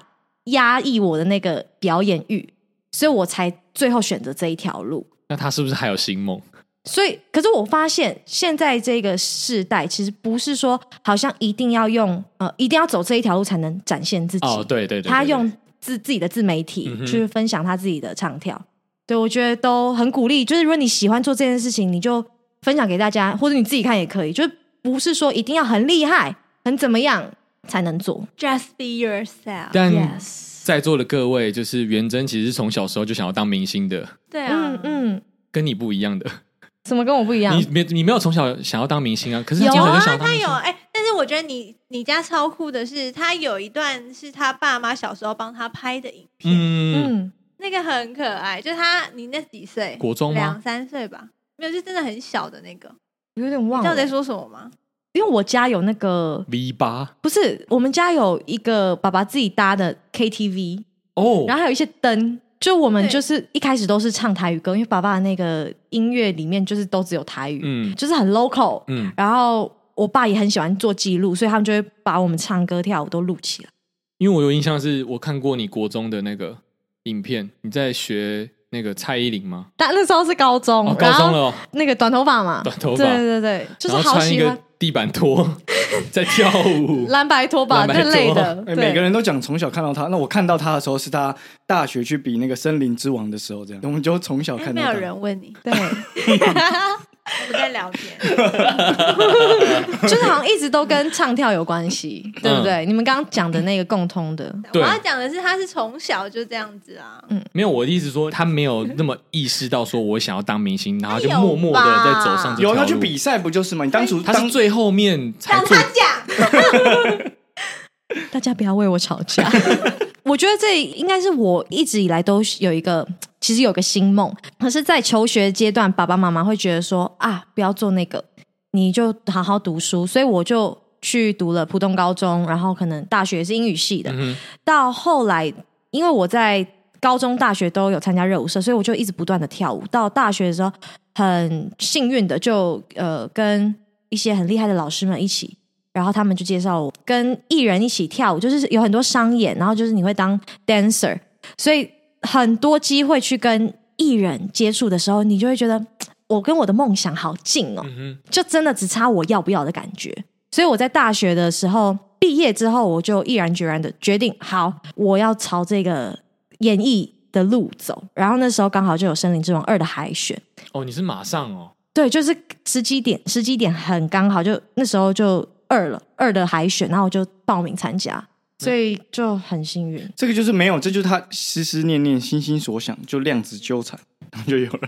Speaker 5: 压抑我的那个表演欲，所以我才最后选择这一条路。
Speaker 3: 那他是不是还有星梦？
Speaker 5: 所以，可是我发现现在这个世代，其实不是说好像一定要用呃，一定要走这一条路才能展现自己。
Speaker 3: 哦，对对对对，
Speaker 5: 他
Speaker 3: 对
Speaker 5: 用自自己的自媒体
Speaker 3: 嗯哼
Speaker 5: 去分享他自己的唱跳，对我觉得都很鼓励。就是如果你喜欢做这件事情，你就分享给大家，或者你自己看也可以。就是不是说一定要很厉害、很怎么样才能做。
Speaker 2: just be yourself。
Speaker 3: 但
Speaker 5: Yes，
Speaker 3: 在座的各位，就是元真，其实是从小时候就想要当明星的，
Speaker 2: 对啊
Speaker 5: 嗯，嗯，
Speaker 3: 跟你不一样的。
Speaker 5: 怎么跟我不一样
Speaker 3: 你？没你没有从小想要当明星啊？可是
Speaker 5: 有
Speaker 3: 你
Speaker 5: 啊
Speaker 3: 从小就
Speaker 2: 他
Speaker 3: 想要当
Speaker 2: 他
Speaker 3: 明星
Speaker 2: 有哎、但是我觉得你你家超酷的是，他有一段是他爸妈小时候帮他拍的影片，
Speaker 3: 嗯，
Speaker 5: 嗯，
Speaker 2: 那个很可爱。就他，你那几岁？
Speaker 3: 国中吗
Speaker 2: 两？三岁吧，没有，就真的很小的那个。
Speaker 5: 有点忘
Speaker 1: 嗯
Speaker 2: 你知道我
Speaker 5: 了
Speaker 2: 在。说什么吗？
Speaker 5: 因为我家有那个
Speaker 3: V 八
Speaker 5: 不是，我们家有一个爸爸自己搭的 KTV，
Speaker 3: 哦
Speaker 5: 然后还有一些灯。就我们
Speaker 2: 对
Speaker 5: 就是一开始都是唱台语歌，因为爸爸的那个音乐里面就是都只有台语，
Speaker 3: 嗯
Speaker 5: 就是很 local。
Speaker 3: 嗯，
Speaker 5: 然后我爸也很喜欢做记录，所以他们就会把我们唱歌跳舞都录起来。
Speaker 3: 因为我有印象是我看过你国中的那个影片，你在学那个蔡依林吗？
Speaker 5: 但那时候是高中，
Speaker 3: 哦，高
Speaker 5: 然
Speaker 3: 中了
Speaker 5: 后
Speaker 3: 哦，
Speaker 5: 那个短头发嘛，
Speaker 3: 短头发
Speaker 5: 对对对，就是
Speaker 3: 然后
Speaker 5: 好
Speaker 3: 穿一
Speaker 5: 喜欢
Speaker 3: 个地 板拖在跳舞，
Speaker 5: 蓝白拖把
Speaker 3: 蓝白
Speaker 5: 这
Speaker 3: 拖
Speaker 5: 类的，
Speaker 1: 哎
Speaker 5: 对，
Speaker 1: 每个人都讲从小看到他，那我看到他的时候是他大学去比那个森林之王的时候，这样我们就从小
Speaker 2: 因为
Speaker 1: 看
Speaker 2: 哎没
Speaker 1: 到
Speaker 2: 有
Speaker 1: 他。
Speaker 2: 人问 你，
Speaker 5: 对，
Speaker 2: 我们在聊天。
Speaker 5: 就是好像一直都跟唱跳有关系，对不
Speaker 3: 嗯
Speaker 5: 对？你们刚刚讲的那个共通的，
Speaker 2: 我
Speaker 3: 对
Speaker 2: 要讲的是，他是从小就这样子啊，
Speaker 1: 嗯
Speaker 3: 没有，我的意思说他没有那么意识到说我想要当明星，然后就
Speaker 2: 有
Speaker 3: 默默的
Speaker 2: 吧
Speaker 3: 在走上这条
Speaker 1: 有
Speaker 3: 路。
Speaker 1: 他去比，赛不就是吗？你当初
Speaker 3: 他是
Speaker 1: 当
Speaker 3: 最后面才
Speaker 2: 让
Speaker 3: 做
Speaker 2: 他讲。
Speaker 5: 大家不要为我吵架。 我觉得这应该是我一直以来都有一个，其实有个新梦，可是，在求学阶段，爸爸妈妈会觉得说啊，不要做那个，你就好好读书，所以我就去读了浦东高中，然后可能大学是英语系的，
Speaker 3: 嗯哼
Speaker 5: 到后来，因为我在高中、大学都有参加热舞社，所以我就一直不断的跳舞。到大学的时候，很幸运的就呃跟一些很厉害的老师们一起，然后他们就介绍我跟艺人一起跳舞，就是有很多商演，然后就是你会当 dancer，所以很多机会去跟艺人接触的时候，你就会觉得我跟我的梦想好近哦。
Speaker 3: 嗯哼，
Speaker 5: 就真的只差我要不要的感觉。所以我在大学的时候毕业之后，我就毅然决然的决定，好，我要朝这个演艺的路走。然后那时候刚好就有《森林之王二》的海选，
Speaker 3: 哦，你是马上哦，
Speaker 5: 对，就是时机点，时机点很刚好，就那时候就二了，二的海选，然后我就报名参加，所以就很幸运。
Speaker 1: 这个就是没有，这就是他思思念念、心心所想，就量子纠缠 就有了。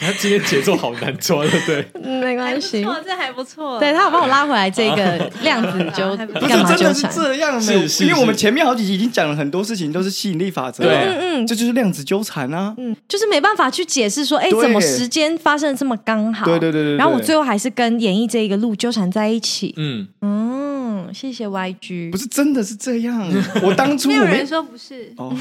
Speaker 3: 他今天节奏好难抓，对 不对？
Speaker 5: 嗯没关系
Speaker 2: 还不错，这还不错。
Speaker 5: 对他有帮我拉回来这个 量子纠
Speaker 2: 还不错
Speaker 5: 干嘛
Speaker 1: 真
Speaker 5: 纠
Speaker 1: 的是
Speaker 5: 缠？
Speaker 1: 这样，没有
Speaker 3: 是是
Speaker 1: 因为我们前面好几集已经讲了很多事情，都是吸引力法则，
Speaker 3: 对
Speaker 5: 嗯嗯
Speaker 1: 这就是量子纠缠啊。
Speaker 5: 嗯，就是没办法去解释说，哎、
Speaker 1: 对
Speaker 5: 怎么时间发生得这么刚好？
Speaker 1: 对对对对对
Speaker 5: 然后我最后还是跟演艺这一个路纠缠在一起。
Speaker 3: 嗯，
Speaker 5: 嗯，谢谢 YG。
Speaker 1: 不是真的是这样，我当初
Speaker 2: 没
Speaker 1: 我
Speaker 2: 有
Speaker 1: 没
Speaker 2: 人说不是，
Speaker 1: 哦，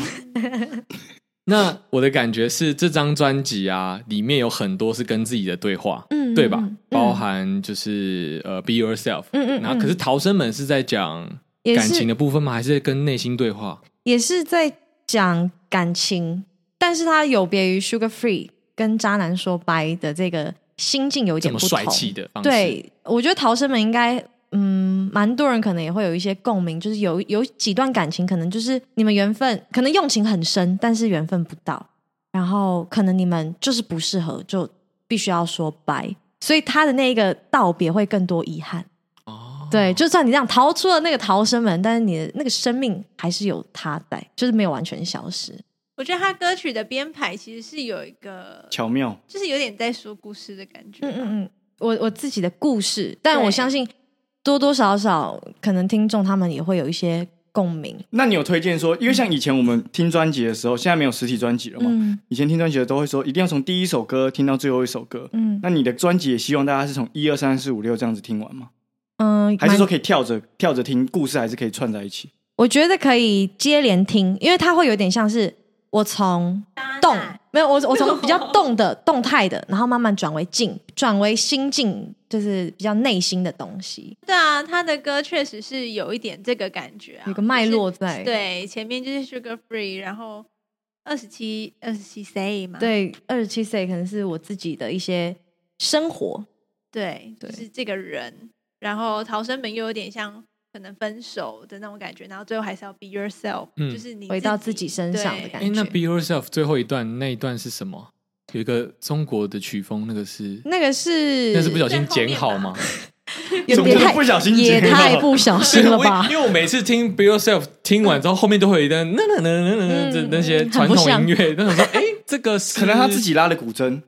Speaker 3: 那我的感觉是这张专辑啊，里面有很多是跟自己的对话，
Speaker 5: 嗯
Speaker 3: 对吧？
Speaker 5: 嗯
Speaker 3: 包含就是呃，be yourself，
Speaker 5: 嗯嗯
Speaker 3: 然后可是逃生门是在讲
Speaker 5: 也
Speaker 3: 感情
Speaker 5: 是
Speaker 3: 的部分吗？还是在跟内心对话？
Speaker 5: 也是在讲感情，但是它有别于 Sugar Free 跟渣男说拜的这个心境有一
Speaker 3: 这
Speaker 5: 点
Speaker 3: 么
Speaker 5: 不同。
Speaker 3: 帅气的方式，
Speaker 5: 对，我觉得逃生门应该，嗯，蛮多人可能也会有一些共鸣，就是有有几段感情，可能就是你们缘分，可能用情很深，但是缘分不到，然后可能你们就是不适合，就必须要说拜，所以他的那个道别会更多遗憾。
Speaker 3: 哦，
Speaker 5: 对，就算你这样逃出了那个逃生门，但是你的那个生命还是有他在，就是没有完全消失。
Speaker 2: 我觉得他歌曲的编排其实是有一个，
Speaker 1: 巧妙。
Speaker 2: 就是有点在说故事的感觉。
Speaker 5: 嗯嗯嗯，我我自己的故事，但我
Speaker 2: 对
Speaker 5: 相信多多少少可能听众他们也会有一些共鸣。
Speaker 1: 那你有推荐说，因为像以前我们听专辑的时候，现在没有实体专辑了嘛？
Speaker 5: 嗯
Speaker 1: 以前听专辑的都会说，一定要从第一首歌听到最后一首歌。
Speaker 5: 嗯
Speaker 1: 那你的专辑也希望大家是从一二三四五六这样子听完吗？
Speaker 5: 嗯，
Speaker 1: 还是
Speaker 5: 蛮
Speaker 1: 说可以跳着跳着听，故事还是可以串在一起？
Speaker 5: 我觉得可以接连听，因为它会有点像是我从动没有我我 从比较动的动态的，然后慢慢转为静，转为心境，就是比较内心的东西，
Speaker 2: 对啊，他的歌确实是有一点这个感觉啊，
Speaker 5: 有个脉络
Speaker 2: 就
Speaker 5: 在。
Speaker 2: 是对，前面就是 Sugar Free，然后二十七二十七 C 嘛，
Speaker 5: 对，二十七岁可能是我自己的一些生活，
Speaker 2: 对，
Speaker 5: 对
Speaker 2: 就是这个人。然后逃生门又有点像可能分手的那种感觉，然后最后还是要 be yourself，、
Speaker 3: 嗯
Speaker 2: 就是你
Speaker 5: 回到自己身上的感
Speaker 3: 哎、
Speaker 5: 觉
Speaker 3: 那 be yourself 最后一段那一段是什么？有一个中国的曲风，那个是
Speaker 5: 那个是
Speaker 3: 那是不小心剪好吗？
Speaker 5: 有
Speaker 1: 怎么
Speaker 5: 点
Speaker 1: 可能
Speaker 5: 太
Speaker 1: 不小心
Speaker 5: 也
Speaker 1: 剪好
Speaker 5: 太不小心了吧
Speaker 3: 因？为我每次听 be yourself 听完之后，后面都会有一段那那那那那那
Speaker 5: 嗯
Speaker 3: 那些
Speaker 5: 很
Speaker 3: 传
Speaker 5: 不
Speaker 3: 统
Speaker 5: 像
Speaker 3: 音乐，那种说哎、这个是
Speaker 1: 可能他自己拉的古筝，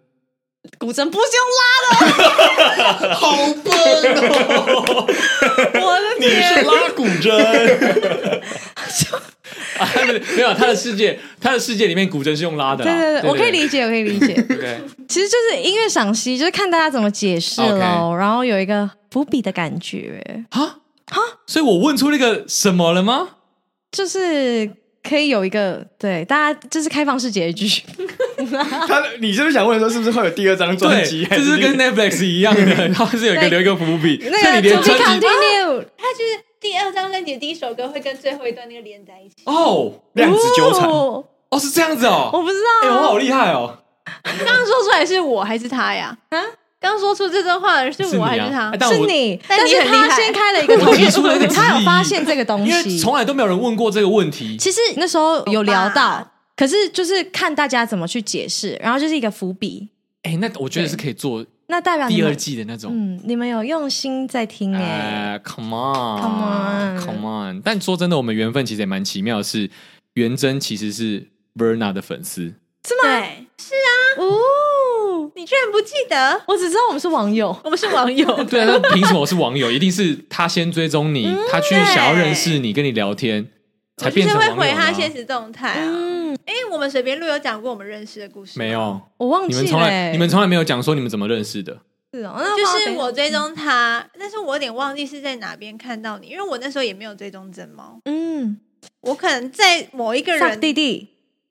Speaker 5: 古筝不是 用拉的，好笨哦！ 我的
Speaker 4: 你是拉古筝，
Speaker 3: 啊，他的没有他的世界，他的世界里面古筝是用拉的啦，啊
Speaker 5: 对对对，我可以
Speaker 3: 对
Speaker 5: 理解，我可以理解。
Speaker 3: 对
Speaker 5: 其实就是音乐赏析，就是看大家怎么解释
Speaker 3: OK
Speaker 5: 喽。然后有一个伏笔的感觉，
Speaker 3: 啊所以我问出那个什么了吗？
Speaker 5: 就是可以有一个对大家就是开放式结局，
Speaker 1: 他，你是不是想问说，是不是会有第二张专
Speaker 3: 对，
Speaker 1: 辑？
Speaker 3: 这是跟 Netflix 一样的，它是有一个
Speaker 5: 对
Speaker 3: 留一个伏笔，
Speaker 5: 那
Speaker 3: 所以
Speaker 5: 个
Speaker 3: 你连
Speaker 5: To Be
Speaker 3: 专辑
Speaker 5: Continue
Speaker 2: 它就是第二张专辑的第一首歌会跟最后一段那个连在一起。
Speaker 3: 哦
Speaker 1: 量子纠缠。
Speaker 5: 哦
Speaker 3: 哦是这样子哦，
Speaker 5: 我不知
Speaker 3: 哎，
Speaker 5: 道
Speaker 3: 我
Speaker 5: 啊，
Speaker 3: 好厉害哦，
Speaker 2: 刚刚说出来是我还是他呀？啊，刚说出这段话的
Speaker 3: 是
Speaker 2: 是
Speaker 3: 你
Speaker 2: 我
Speaker 3: 啊
Speaker 2: 还是他
Speaker 3: 哎？但
Speaker 5: 是
Speaker 3: 我
Speaker 5: 你，
Speaker 2: 但
Speaker 5: 但
Speaker 2: 你
Speaker 5: 是
Speaker 2: 很厉
Speaker 5: 他
Speaker 2: 害
Speaker 5: 先开了一个头，
Speaker 3: 我提出了一个 质疑
Speaker 5: 他有发现这个东
Speaker 3: 因为
Speaker 5: 西，
Speaker 3: 从来都没有人问过这个问题。
Speaker 5: 其实那时候有聊
Speaker 2: 好
Speaker 5: 到
Speaker 2: 吧，
Speaker 5: 可是就是看大家怎么去解释，然后就是一个伏笔。
Speaker 3: 哎，那我觉得是可以做
Speaker 5: 那代表你
Speaker 3: 第
Speaker 5: 们
Speaker 3: 二，季的那种。
Speaker 5: 嗯，你们有用心在听哎、
Speaker 3: 哎，Come on，
Speaker 5: Come on
Speaker 3: Come on！但说真的，我们缘分其实也蛮奇妙的是，元真其实是 Verna 的粉丝，
Speaker 2: 对，
Speaker 5: 哦，
Speaker 2: 你居然不记得？
Speaker 5: 我只知道我们是网友，
Speaker 2: 我们是网友，
Speaker 3: 对啊，那凭什么我是网友？一定是他先追踪你，他去想要认识你，跟你聊天，
Speaker 2: 嗯
Speaker 3: 才
Speaker 2: 我就
Speaker 3: 变
Speaker 2: 是
Speaker 3: 成网
Speaker 2: 会
Speaker 3: 友的
Speaker 2: 回
Speaker 3: 啊。
Speaker 2: 他现实动态啊。哎，我们随便录有讲过我们认识的故事吗
Speaker 3: 没？有，
Speaker 5: 嗯我忘
Speaker 3: 你
Speaker 5: 记了、
Speaker 3: 们从来你们从来没有讲说你们怎么认识的。
Speaker 5: 是哦，那
Speaker 2: 就是我追踪他，但是我有点忘记是在哪边看到你，因为我那时候也没有追踪真猫，
Speaker 5: 嗯，
Speaker 2: 我可能在某一个
Speaker 5: 萨
Speaker 2: 人
Speaker 5: 弟弟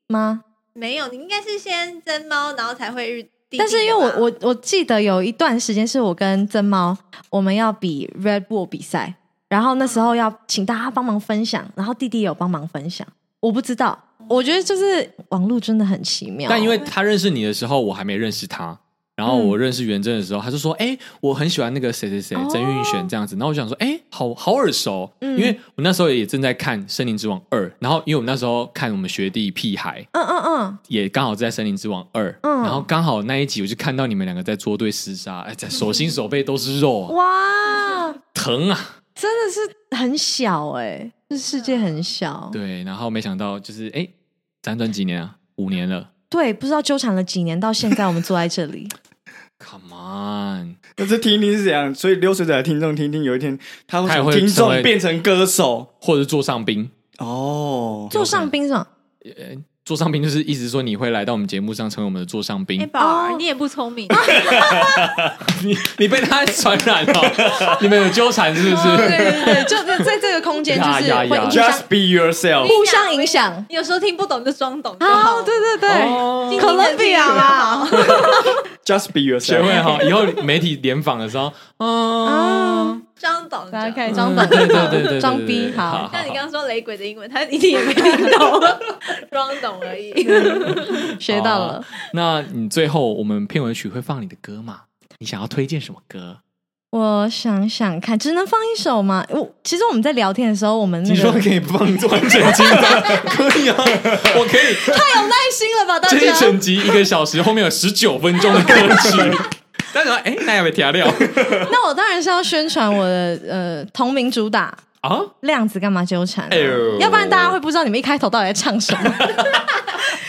Speaker 5: 吗？
Speaker 2: 没有，你应该是先真猫，然后才会遇弟弟的吧。
Speaker 5: 但是因为我我我记得有一段时间是我跟曾猫我们要比 Red Bull 比赛，然后那时候要请大家帮忙分享，然后弟弟也有帮忙分享，我不知道，
Speaker 2: 哦
Speaker 5: 我觉得就是网络真的很奇妙。
Speaker 3: 但因为他认识你的时候，我还没认识他。然后我认识元真的时候，他就说：“哎、我很喜欢那个谁谁谁
Speaker 5: 嗯哦
Speaker 3: 曾韵璇这样子。”然后我想说：“哎、好好耳熟，
Speaker 5: 嗯
Speaker 3: 因为我那时候也正在看《森林之王二》，然后因为我们那时候看我们学弟屁孩
Speaker 5: 嗯嗯嗯，
Speaker 3: 也刚好在《森林之王二》，
Speaker 5: 嗯
Speaker 3: 然后刚好那一集我就看到你们两个在捉对厮杀，哎，在手心手背都是肉啊，
Speaker 5: 哇，
Speaker 3: 疼啊！
Speaker 5: 真的是很小哎、这世界很小，
Speaker 3: 对，然后没想到就是哎，辗转几年啊，五年了
Speaker 5: 对，不知道纠缠了几年，到现在我们坐在这 里，
Speaker 3: ，Come on，
Speaker 1: 那这听一听是怎样？所以溜水仔的听众听一听，有一天他会
Speaker 3: 他也
Speaker 1: 从
Speaker 3: 会
Speaker 1: 听
Speaker 3: 成
Speaker 1: 众
Speaker 3: 为
Speaker 1: 变成歌手
Speaker 3: 或者坐上宾，
Speaker 1: 哦。
Speaker 5: 坐上冰上，
Speaker 3: 座上宾就是意思说你会来到我们节目上成为我们的座上宾
Speaker 2: 哎，宝儿
Speaker 5: 哦
Speaker 2: 你也不聪 明，
Speaker 3: 你 你被他传染 了，你们有纠缠 是不
Speaker 5: 对
Speaker 3: 是？
Speaker 5: 对对，就在在这个空间就是
Speaker 3: 呀呀
Speaker 5: 会
Speaker 3: 呀
Speaker 5: 影响
Speaker 1: Just be yourself，
Speaker 5: 互相影响。
Speaker 2: 有时候听不懂就装懂就好
Speaker 5: 啊，
Speaker 2: 了。
Speaker 5: 对对对，
Speaker 3: 哦
Speaker 2: 今天
Speaker 5: 哥
Speaker 2: 的
Speaker 5: 伦比亚
Speaker 2: 啊，
Speaker 1: Just be
Speaker 3: 学会
Speaker 1: yourself。
Speaker 3: 哈，以后媒体联访的时候，嗯，
Speaker 2: 装懂
Speaker 5: 大家可
Speaker 2: 就
Speaker 5: 以
Speaker 2: 好。
Speaker 5: 哦装
Speaker 3: 嗯对对对对对对
Speaker 5: 懂，装逼好。
Speaker 2: 像你刚刚说雷鬼的英文，他一定也没听 懂，装懂而已。
Speaker 5: 嗯学到了。
Speaker 3: 那你最后我们片尾曲会放你的歌吗？你想要推荐什么歌？
Speaker 5: 我想想看，只能放一首吗？我其实我们在聊天的时候，我们那
Speaker 1: 你
Speaker 5: 个
Speaker 1: 说可以放完整集吗？可以啊，
Speaker 3: 我可以
Speaker 5: 太有耐心了吧，大
Speaker 3: 这一
Speaker 5: 家。
Speaker 3: 整集一个小时，后面有十九分钟的歌曲。但是哎，那要 被调料
Speaker 5: 那我当然是要宣传我的呃同名主打
Speaker 3: 啊？
Speaker 5: 量子干嘛纠缠啊、
Speaker 3: 哎呦
Speaker 5: 要不然大家会不知道你们一开头到底在唱 什么。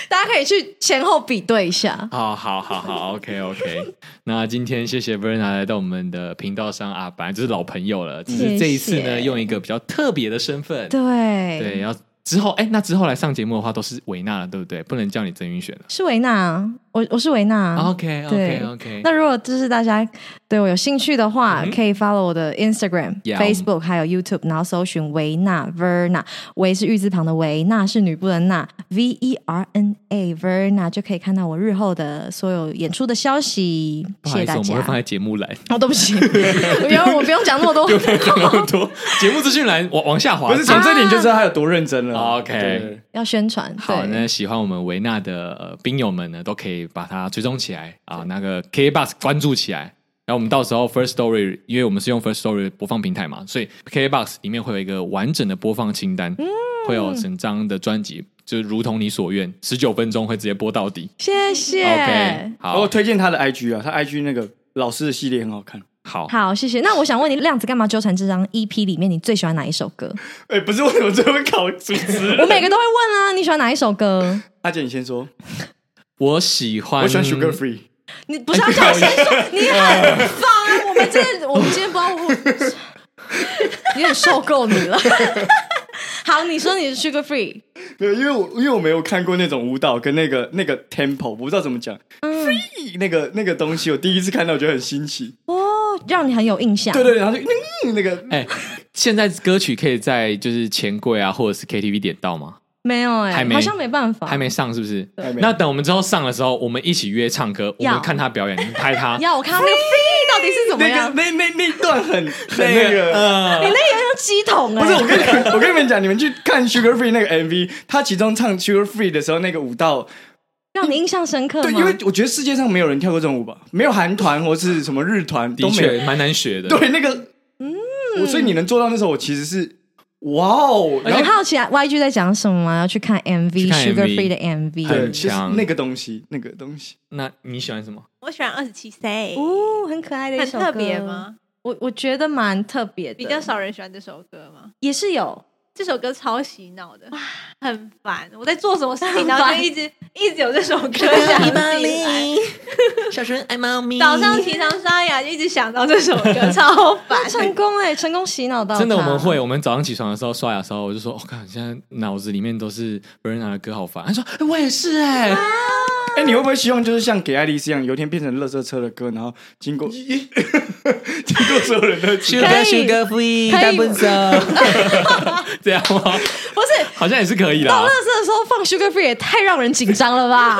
Speaker 5: 大家可以去前后比对一下。
Speaker 3: 好好好好，OK OK。那今天谢谢 Verna 来到我们的频道上啊，本来就是老朋友了，只是这一次
Speaker 5: 谢
Speaker 3: 呢，
Speaker 5: 谢
Speaker 3: 用一个比较特别的身份，
Speaker 5: 对，
Speaker 3: 对，然后之后哎，那之后来上节目的话都是维娜了，对不对？不能叫你曾云璇了。
Speaker 5: 是维娜，我我是维娜。
Speaker 3: OK OK
Speaker 5: 啊对
Speaker 3: OK，
Speaker 5: 那如果就是大家对我有兴趣的话，
Speaker 3: 嗯哼
Speaker 5: 可以 follow 我的 Instagram、
Speaker 3: Yeah，
Speaker 5: Facebook 还有 YouTube，然后搜寻维娜 Verna，维是玉字旁的维，娜是女部的娜，V E R N A Verna 就可以看到我日后的所有演出的消息。
Speaker 3: 不
Speaker 5: 谢
Speaker 3: 好
Speaker 5: 谢
Speaker 3: 意思，
Speaker 5: 大
Speaker 3: 我们会放
Speaker 5: 家。
Speaker 3: 在节目栏，
Speaker 5: 哦，对不起，不用，我不用讲那么多。
Speaker 3: 那么多节目资讯栏往往下滑。
Speaker 1: 不是从这里你就知道他有多认真了。
Speaker 3: OK
Speaker 1: 对
Speaker 5: 要宣传，
Speaker 3: 好，那
Speaker 5: 对，
Speaker 3: 喜欢我们维纳的呃兵友们呢，都可以把它追踪起来啊，那个 K Bus 关注起来。然后我们到时候 First Story，因为我们是用 First Story 播放平台嘛，所以 K Box 里面会有一个完整的播放清单，会有整张的专辑，就如同你所愿，十九分钟会直接播到底。
Speaker 5: 谢谢。
Speaker 3: OK，
Speaker 1: 哦我
Speaker 3: 好，
Speaker 1: 推荐他的 IG 啊，他 IG 那个老师的系列很好看。
Speaker 3: 好，
Speaker 5: 好，谢谢。那我想问你，《量子干嘛纠缠》这张 EP 里面，你最喜欢哪一首 歌？
Speaker 1: 哎，不是为什么最会考主持嗯
Speaker 5: 我
Speaker 1: 人？
Speaker 5: 每个都会问啊，你喜欢哪一首歌？
Speaker 1: 阿姐，你先说，
Speaker 3: 我喜欢，
Speaker 1: 我喜欢 Sugar Free。
Speaker 5: 你不
Speaker 1: 哎
Speaker 5: 是要这样先说，你很烦。我们这我们今天不知道我， 你很受够你了。 好，你说你是 Sugar Free，
Speaker 1: 对，因为我因为我没有看过那种舞蹈跟那个那嗯 个 tempo，我不知道怎么讲、free 那个那个东西，我第一次看到我觉得很新奇，
Speaker 5: 哦让你很有印象。
Speaker 1: 对对，对然后就、嗯、那个
Speaker 3: 哎、现在歌曲可以在就是钱柜啊，或者是 KTV 点到吗？
Speaker 5: 没有哎、
Speaker 3: 还没
Speaker 5: 好像没办法，
Speaker 3: 还没上是不是？
Speaker 1: 还没
Speaker 3: 那等我们之后上的时候，我们一起约唱歌，我
Speaker 5: 要
Speaker 3: 们看他表演，你拍他
Speaker 5: 要我看到那个 free 到底是怎
Speaker 1: 那
Speaker 5: 么样
Speaker 1: 个？那那 那一段很很那个。
Speaker 5: 你那
Speaker 3: 呃，
Speaker 5: 个像鸡桶哎、
Speaker 1: 不是我跟你们，我跟你们讲，你们去看 Sugar Free 那个 MV，他其中唱 Sugar Free 的时候，那个舞蹈，
Speaker 5: 让你印象深刻吗？
Speaker 1: 对，因为我觉得世界上没有人跳过这种舞吧，没有韩团或是什么日团都
Speaker 3: 的
Speaker 1: 没有
Speaker 3: 确。蛮难学的。
Speaker 1: 对，那个，嗯，所以你能做到那时候，我其实是哇哦，然
Speaker 5: 很
Speaker 1: 后
Speaker 5: 好奇啊，YG 在讲什么吗？啊要去看 MV
Speaker 3: 去看
Speaker 5: Sugar
Speaker 3: MV
Speaker 5: Free 的 MV。
Speaker 1: 对，
Speaker 3: 很
Speaker 1: 就是
Speaker 3: 强
Speaker 1: 那个东西，那个东西，
Speaker 3: 那你喜欢什么？
Speaker 2: 我喜欢二十七 C，
Speaker 5: 哦，很可爱的一
Speaker 2: 很
Speaker 5: 首
Speaker 2: 特别
Speaker 5: 歌？
Speaker 2: 吗？
Speaker 5: 我我觉得蛮特别的，
Speaker 2: 比较少人喜欢这首歌吗？
Speaker 5: 也是有。
Speaker 2: 这首歌超洗脑的，很烦。我在做什么事情，
Speaker 5: 很
Speaker 2: 然后就
Speaker 5: 烦
Speaker 2: 一直一直有这首 歌想起来。
Speaker 6: 小熊爱猫咪
Speaker 2: 早上起床刷牙就一直想到这首歌，超烦。
Speaker 5: 成功哎、成功洗脑到
Speaker 3: 真的，我
Speaker 5: 他
Speaker 3: 们会，我们早上起床的时候刷牙的时候，我就说，我、哦、看现在脑子里面都是 Berna 的歌，好烦。他说，哎我也是哎、
Speaker 5: 啊
Speaker 1: 哎，你会不会希望就是像给爱丽丝一样，有一天变成垃圾车的歌，然后经过 经过所有人的
Speaker 3: 修
Speaker 5: 可
Speaker 3: 哥
Speaker 5: 以
Speaker 3: 修哥夫一
Speaker 5: 可以
Speaker 3: 大笨手， 这样吗？
Speaker 5: 不是
Speaker 3: 好像也是可以
Speaker 5: 到
Speaker 3: 啦
Speaker 5: 乐。色的时候放 Sugar Free 也太让人紧张了 吧？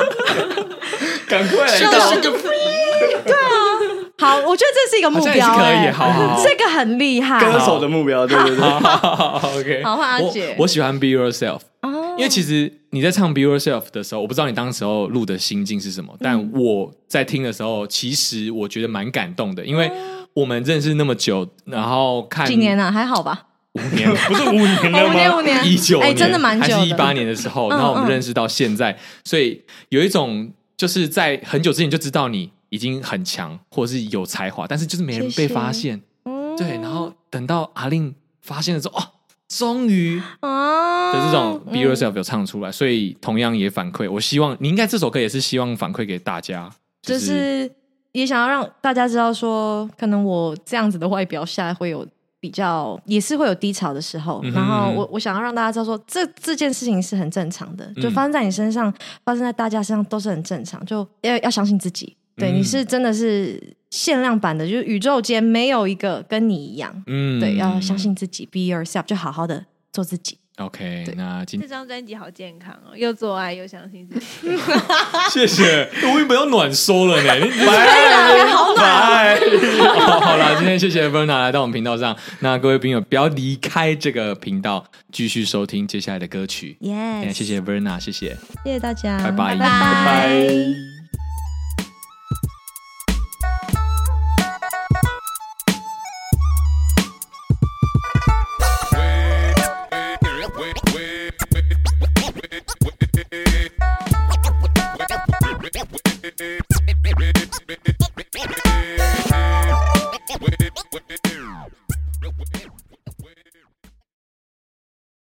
Speaker 1: 赶快
Speaker 3: 哎
Speaker 1: 来
Speaker 5: 到
Speaker 1: 到，
Speaker 5: 啊好，我觉得这是一个目标、
Speaker 3: 好像也是可以
Speaker 5: 哎
Speaker 3: 好好好
Speaker 5: 这个很厉害。
Speaker 1: 歌手的目标，对对对。
Speaker 3: OK，
Speaker 5: 好换阿姐
Speaker 3: 我我喜欢 Be Yourself，
Speaker 5: 哦
Speaker 3: 因为其实你在唱 Be Yourself 的时候，我不知道你当时候录的心境是什么，但
Speaker 5: 嗯
Speaker 3: 我在听的时候，其实我觉得蛮感动的，因为我们认识那么久，然后看
Speaker 5: 嗯几年啊？还好吧？
Speaker 3: 五年，不是
Speaker 1: 五年
Speaker 5: 哦五年五年，
Speaker 3: 一九
Speaker 5: 哎、
Speaker 3: 年，
Speaker 5: 真的蛮久
Speaker 3: 还
Speaker 5: 的。
Speaker 3: 是一八年的时候，
Speaker 5: 嗯
Speaker 3: 然后我们
Speaker 5: 嗯
Speaker 3: 认识到现在，所以有一种就是在很久之前就知道你已经很强，或者是有才华，但是就是没人
Speaker 5: 谢
Speaker 3: 被
Speaker 5: 谢
Speaker 3: 发现。
Speaker 5: 嗯
Speaker 3: 对，然后等到阿令发现的时候，哦，终于
Speaker 5: 啊
Speaker 3: 的这种 Be Yourself 有唱出来，所以同样也反馈。我希望你应该这首歌也是希望反馈给大家，
Speaker 5: 就是是也想要让大家知道说，可能我这样子的外表下会有比较，也是会有低潮的时候。
Speaker 3: 嗯哼
Speaker 5: 然后
Speaker 3: 嗯哼
Speaker 5: 我我想要让大家知道说，这这件事情是很正常的，
Speaker 3: 嗯
Speaker 5: 就发生在你身上，发生在大家身上都是很正常。就要要相信自己，对，
Speaker 3: 嗯
Speaker 5: 你是真的是限量版的，就是宇宙间没有一个跟你一样。
Speaker 3: 嗯
Speaker 5: 对，要相。信自己，be yourself，就好好的做自己。
Speaker 3: OK，
Speaker 5: 对
Speaker 3: 那今
Speaker 2: 这张专辑好健康哦，又做爱又相信自己。
Speaker 3: 谢谢，我原本要暖收了呢，你
Speaker 1: 好暖，
Speaker 3: 好好了，今天谢谢 Verna 来到我们频道上。那各位朋友不要离开这个频道，继续收听接下来的歌曲。
Speaker 5: 耶、
Speaker 3: 哎谢谢 Verna，谢谢，
Speaker 5: 谢谢大家，
Speaker 3: 拜拜
Speaker 5: 拜拜
Speaker 1: 拜。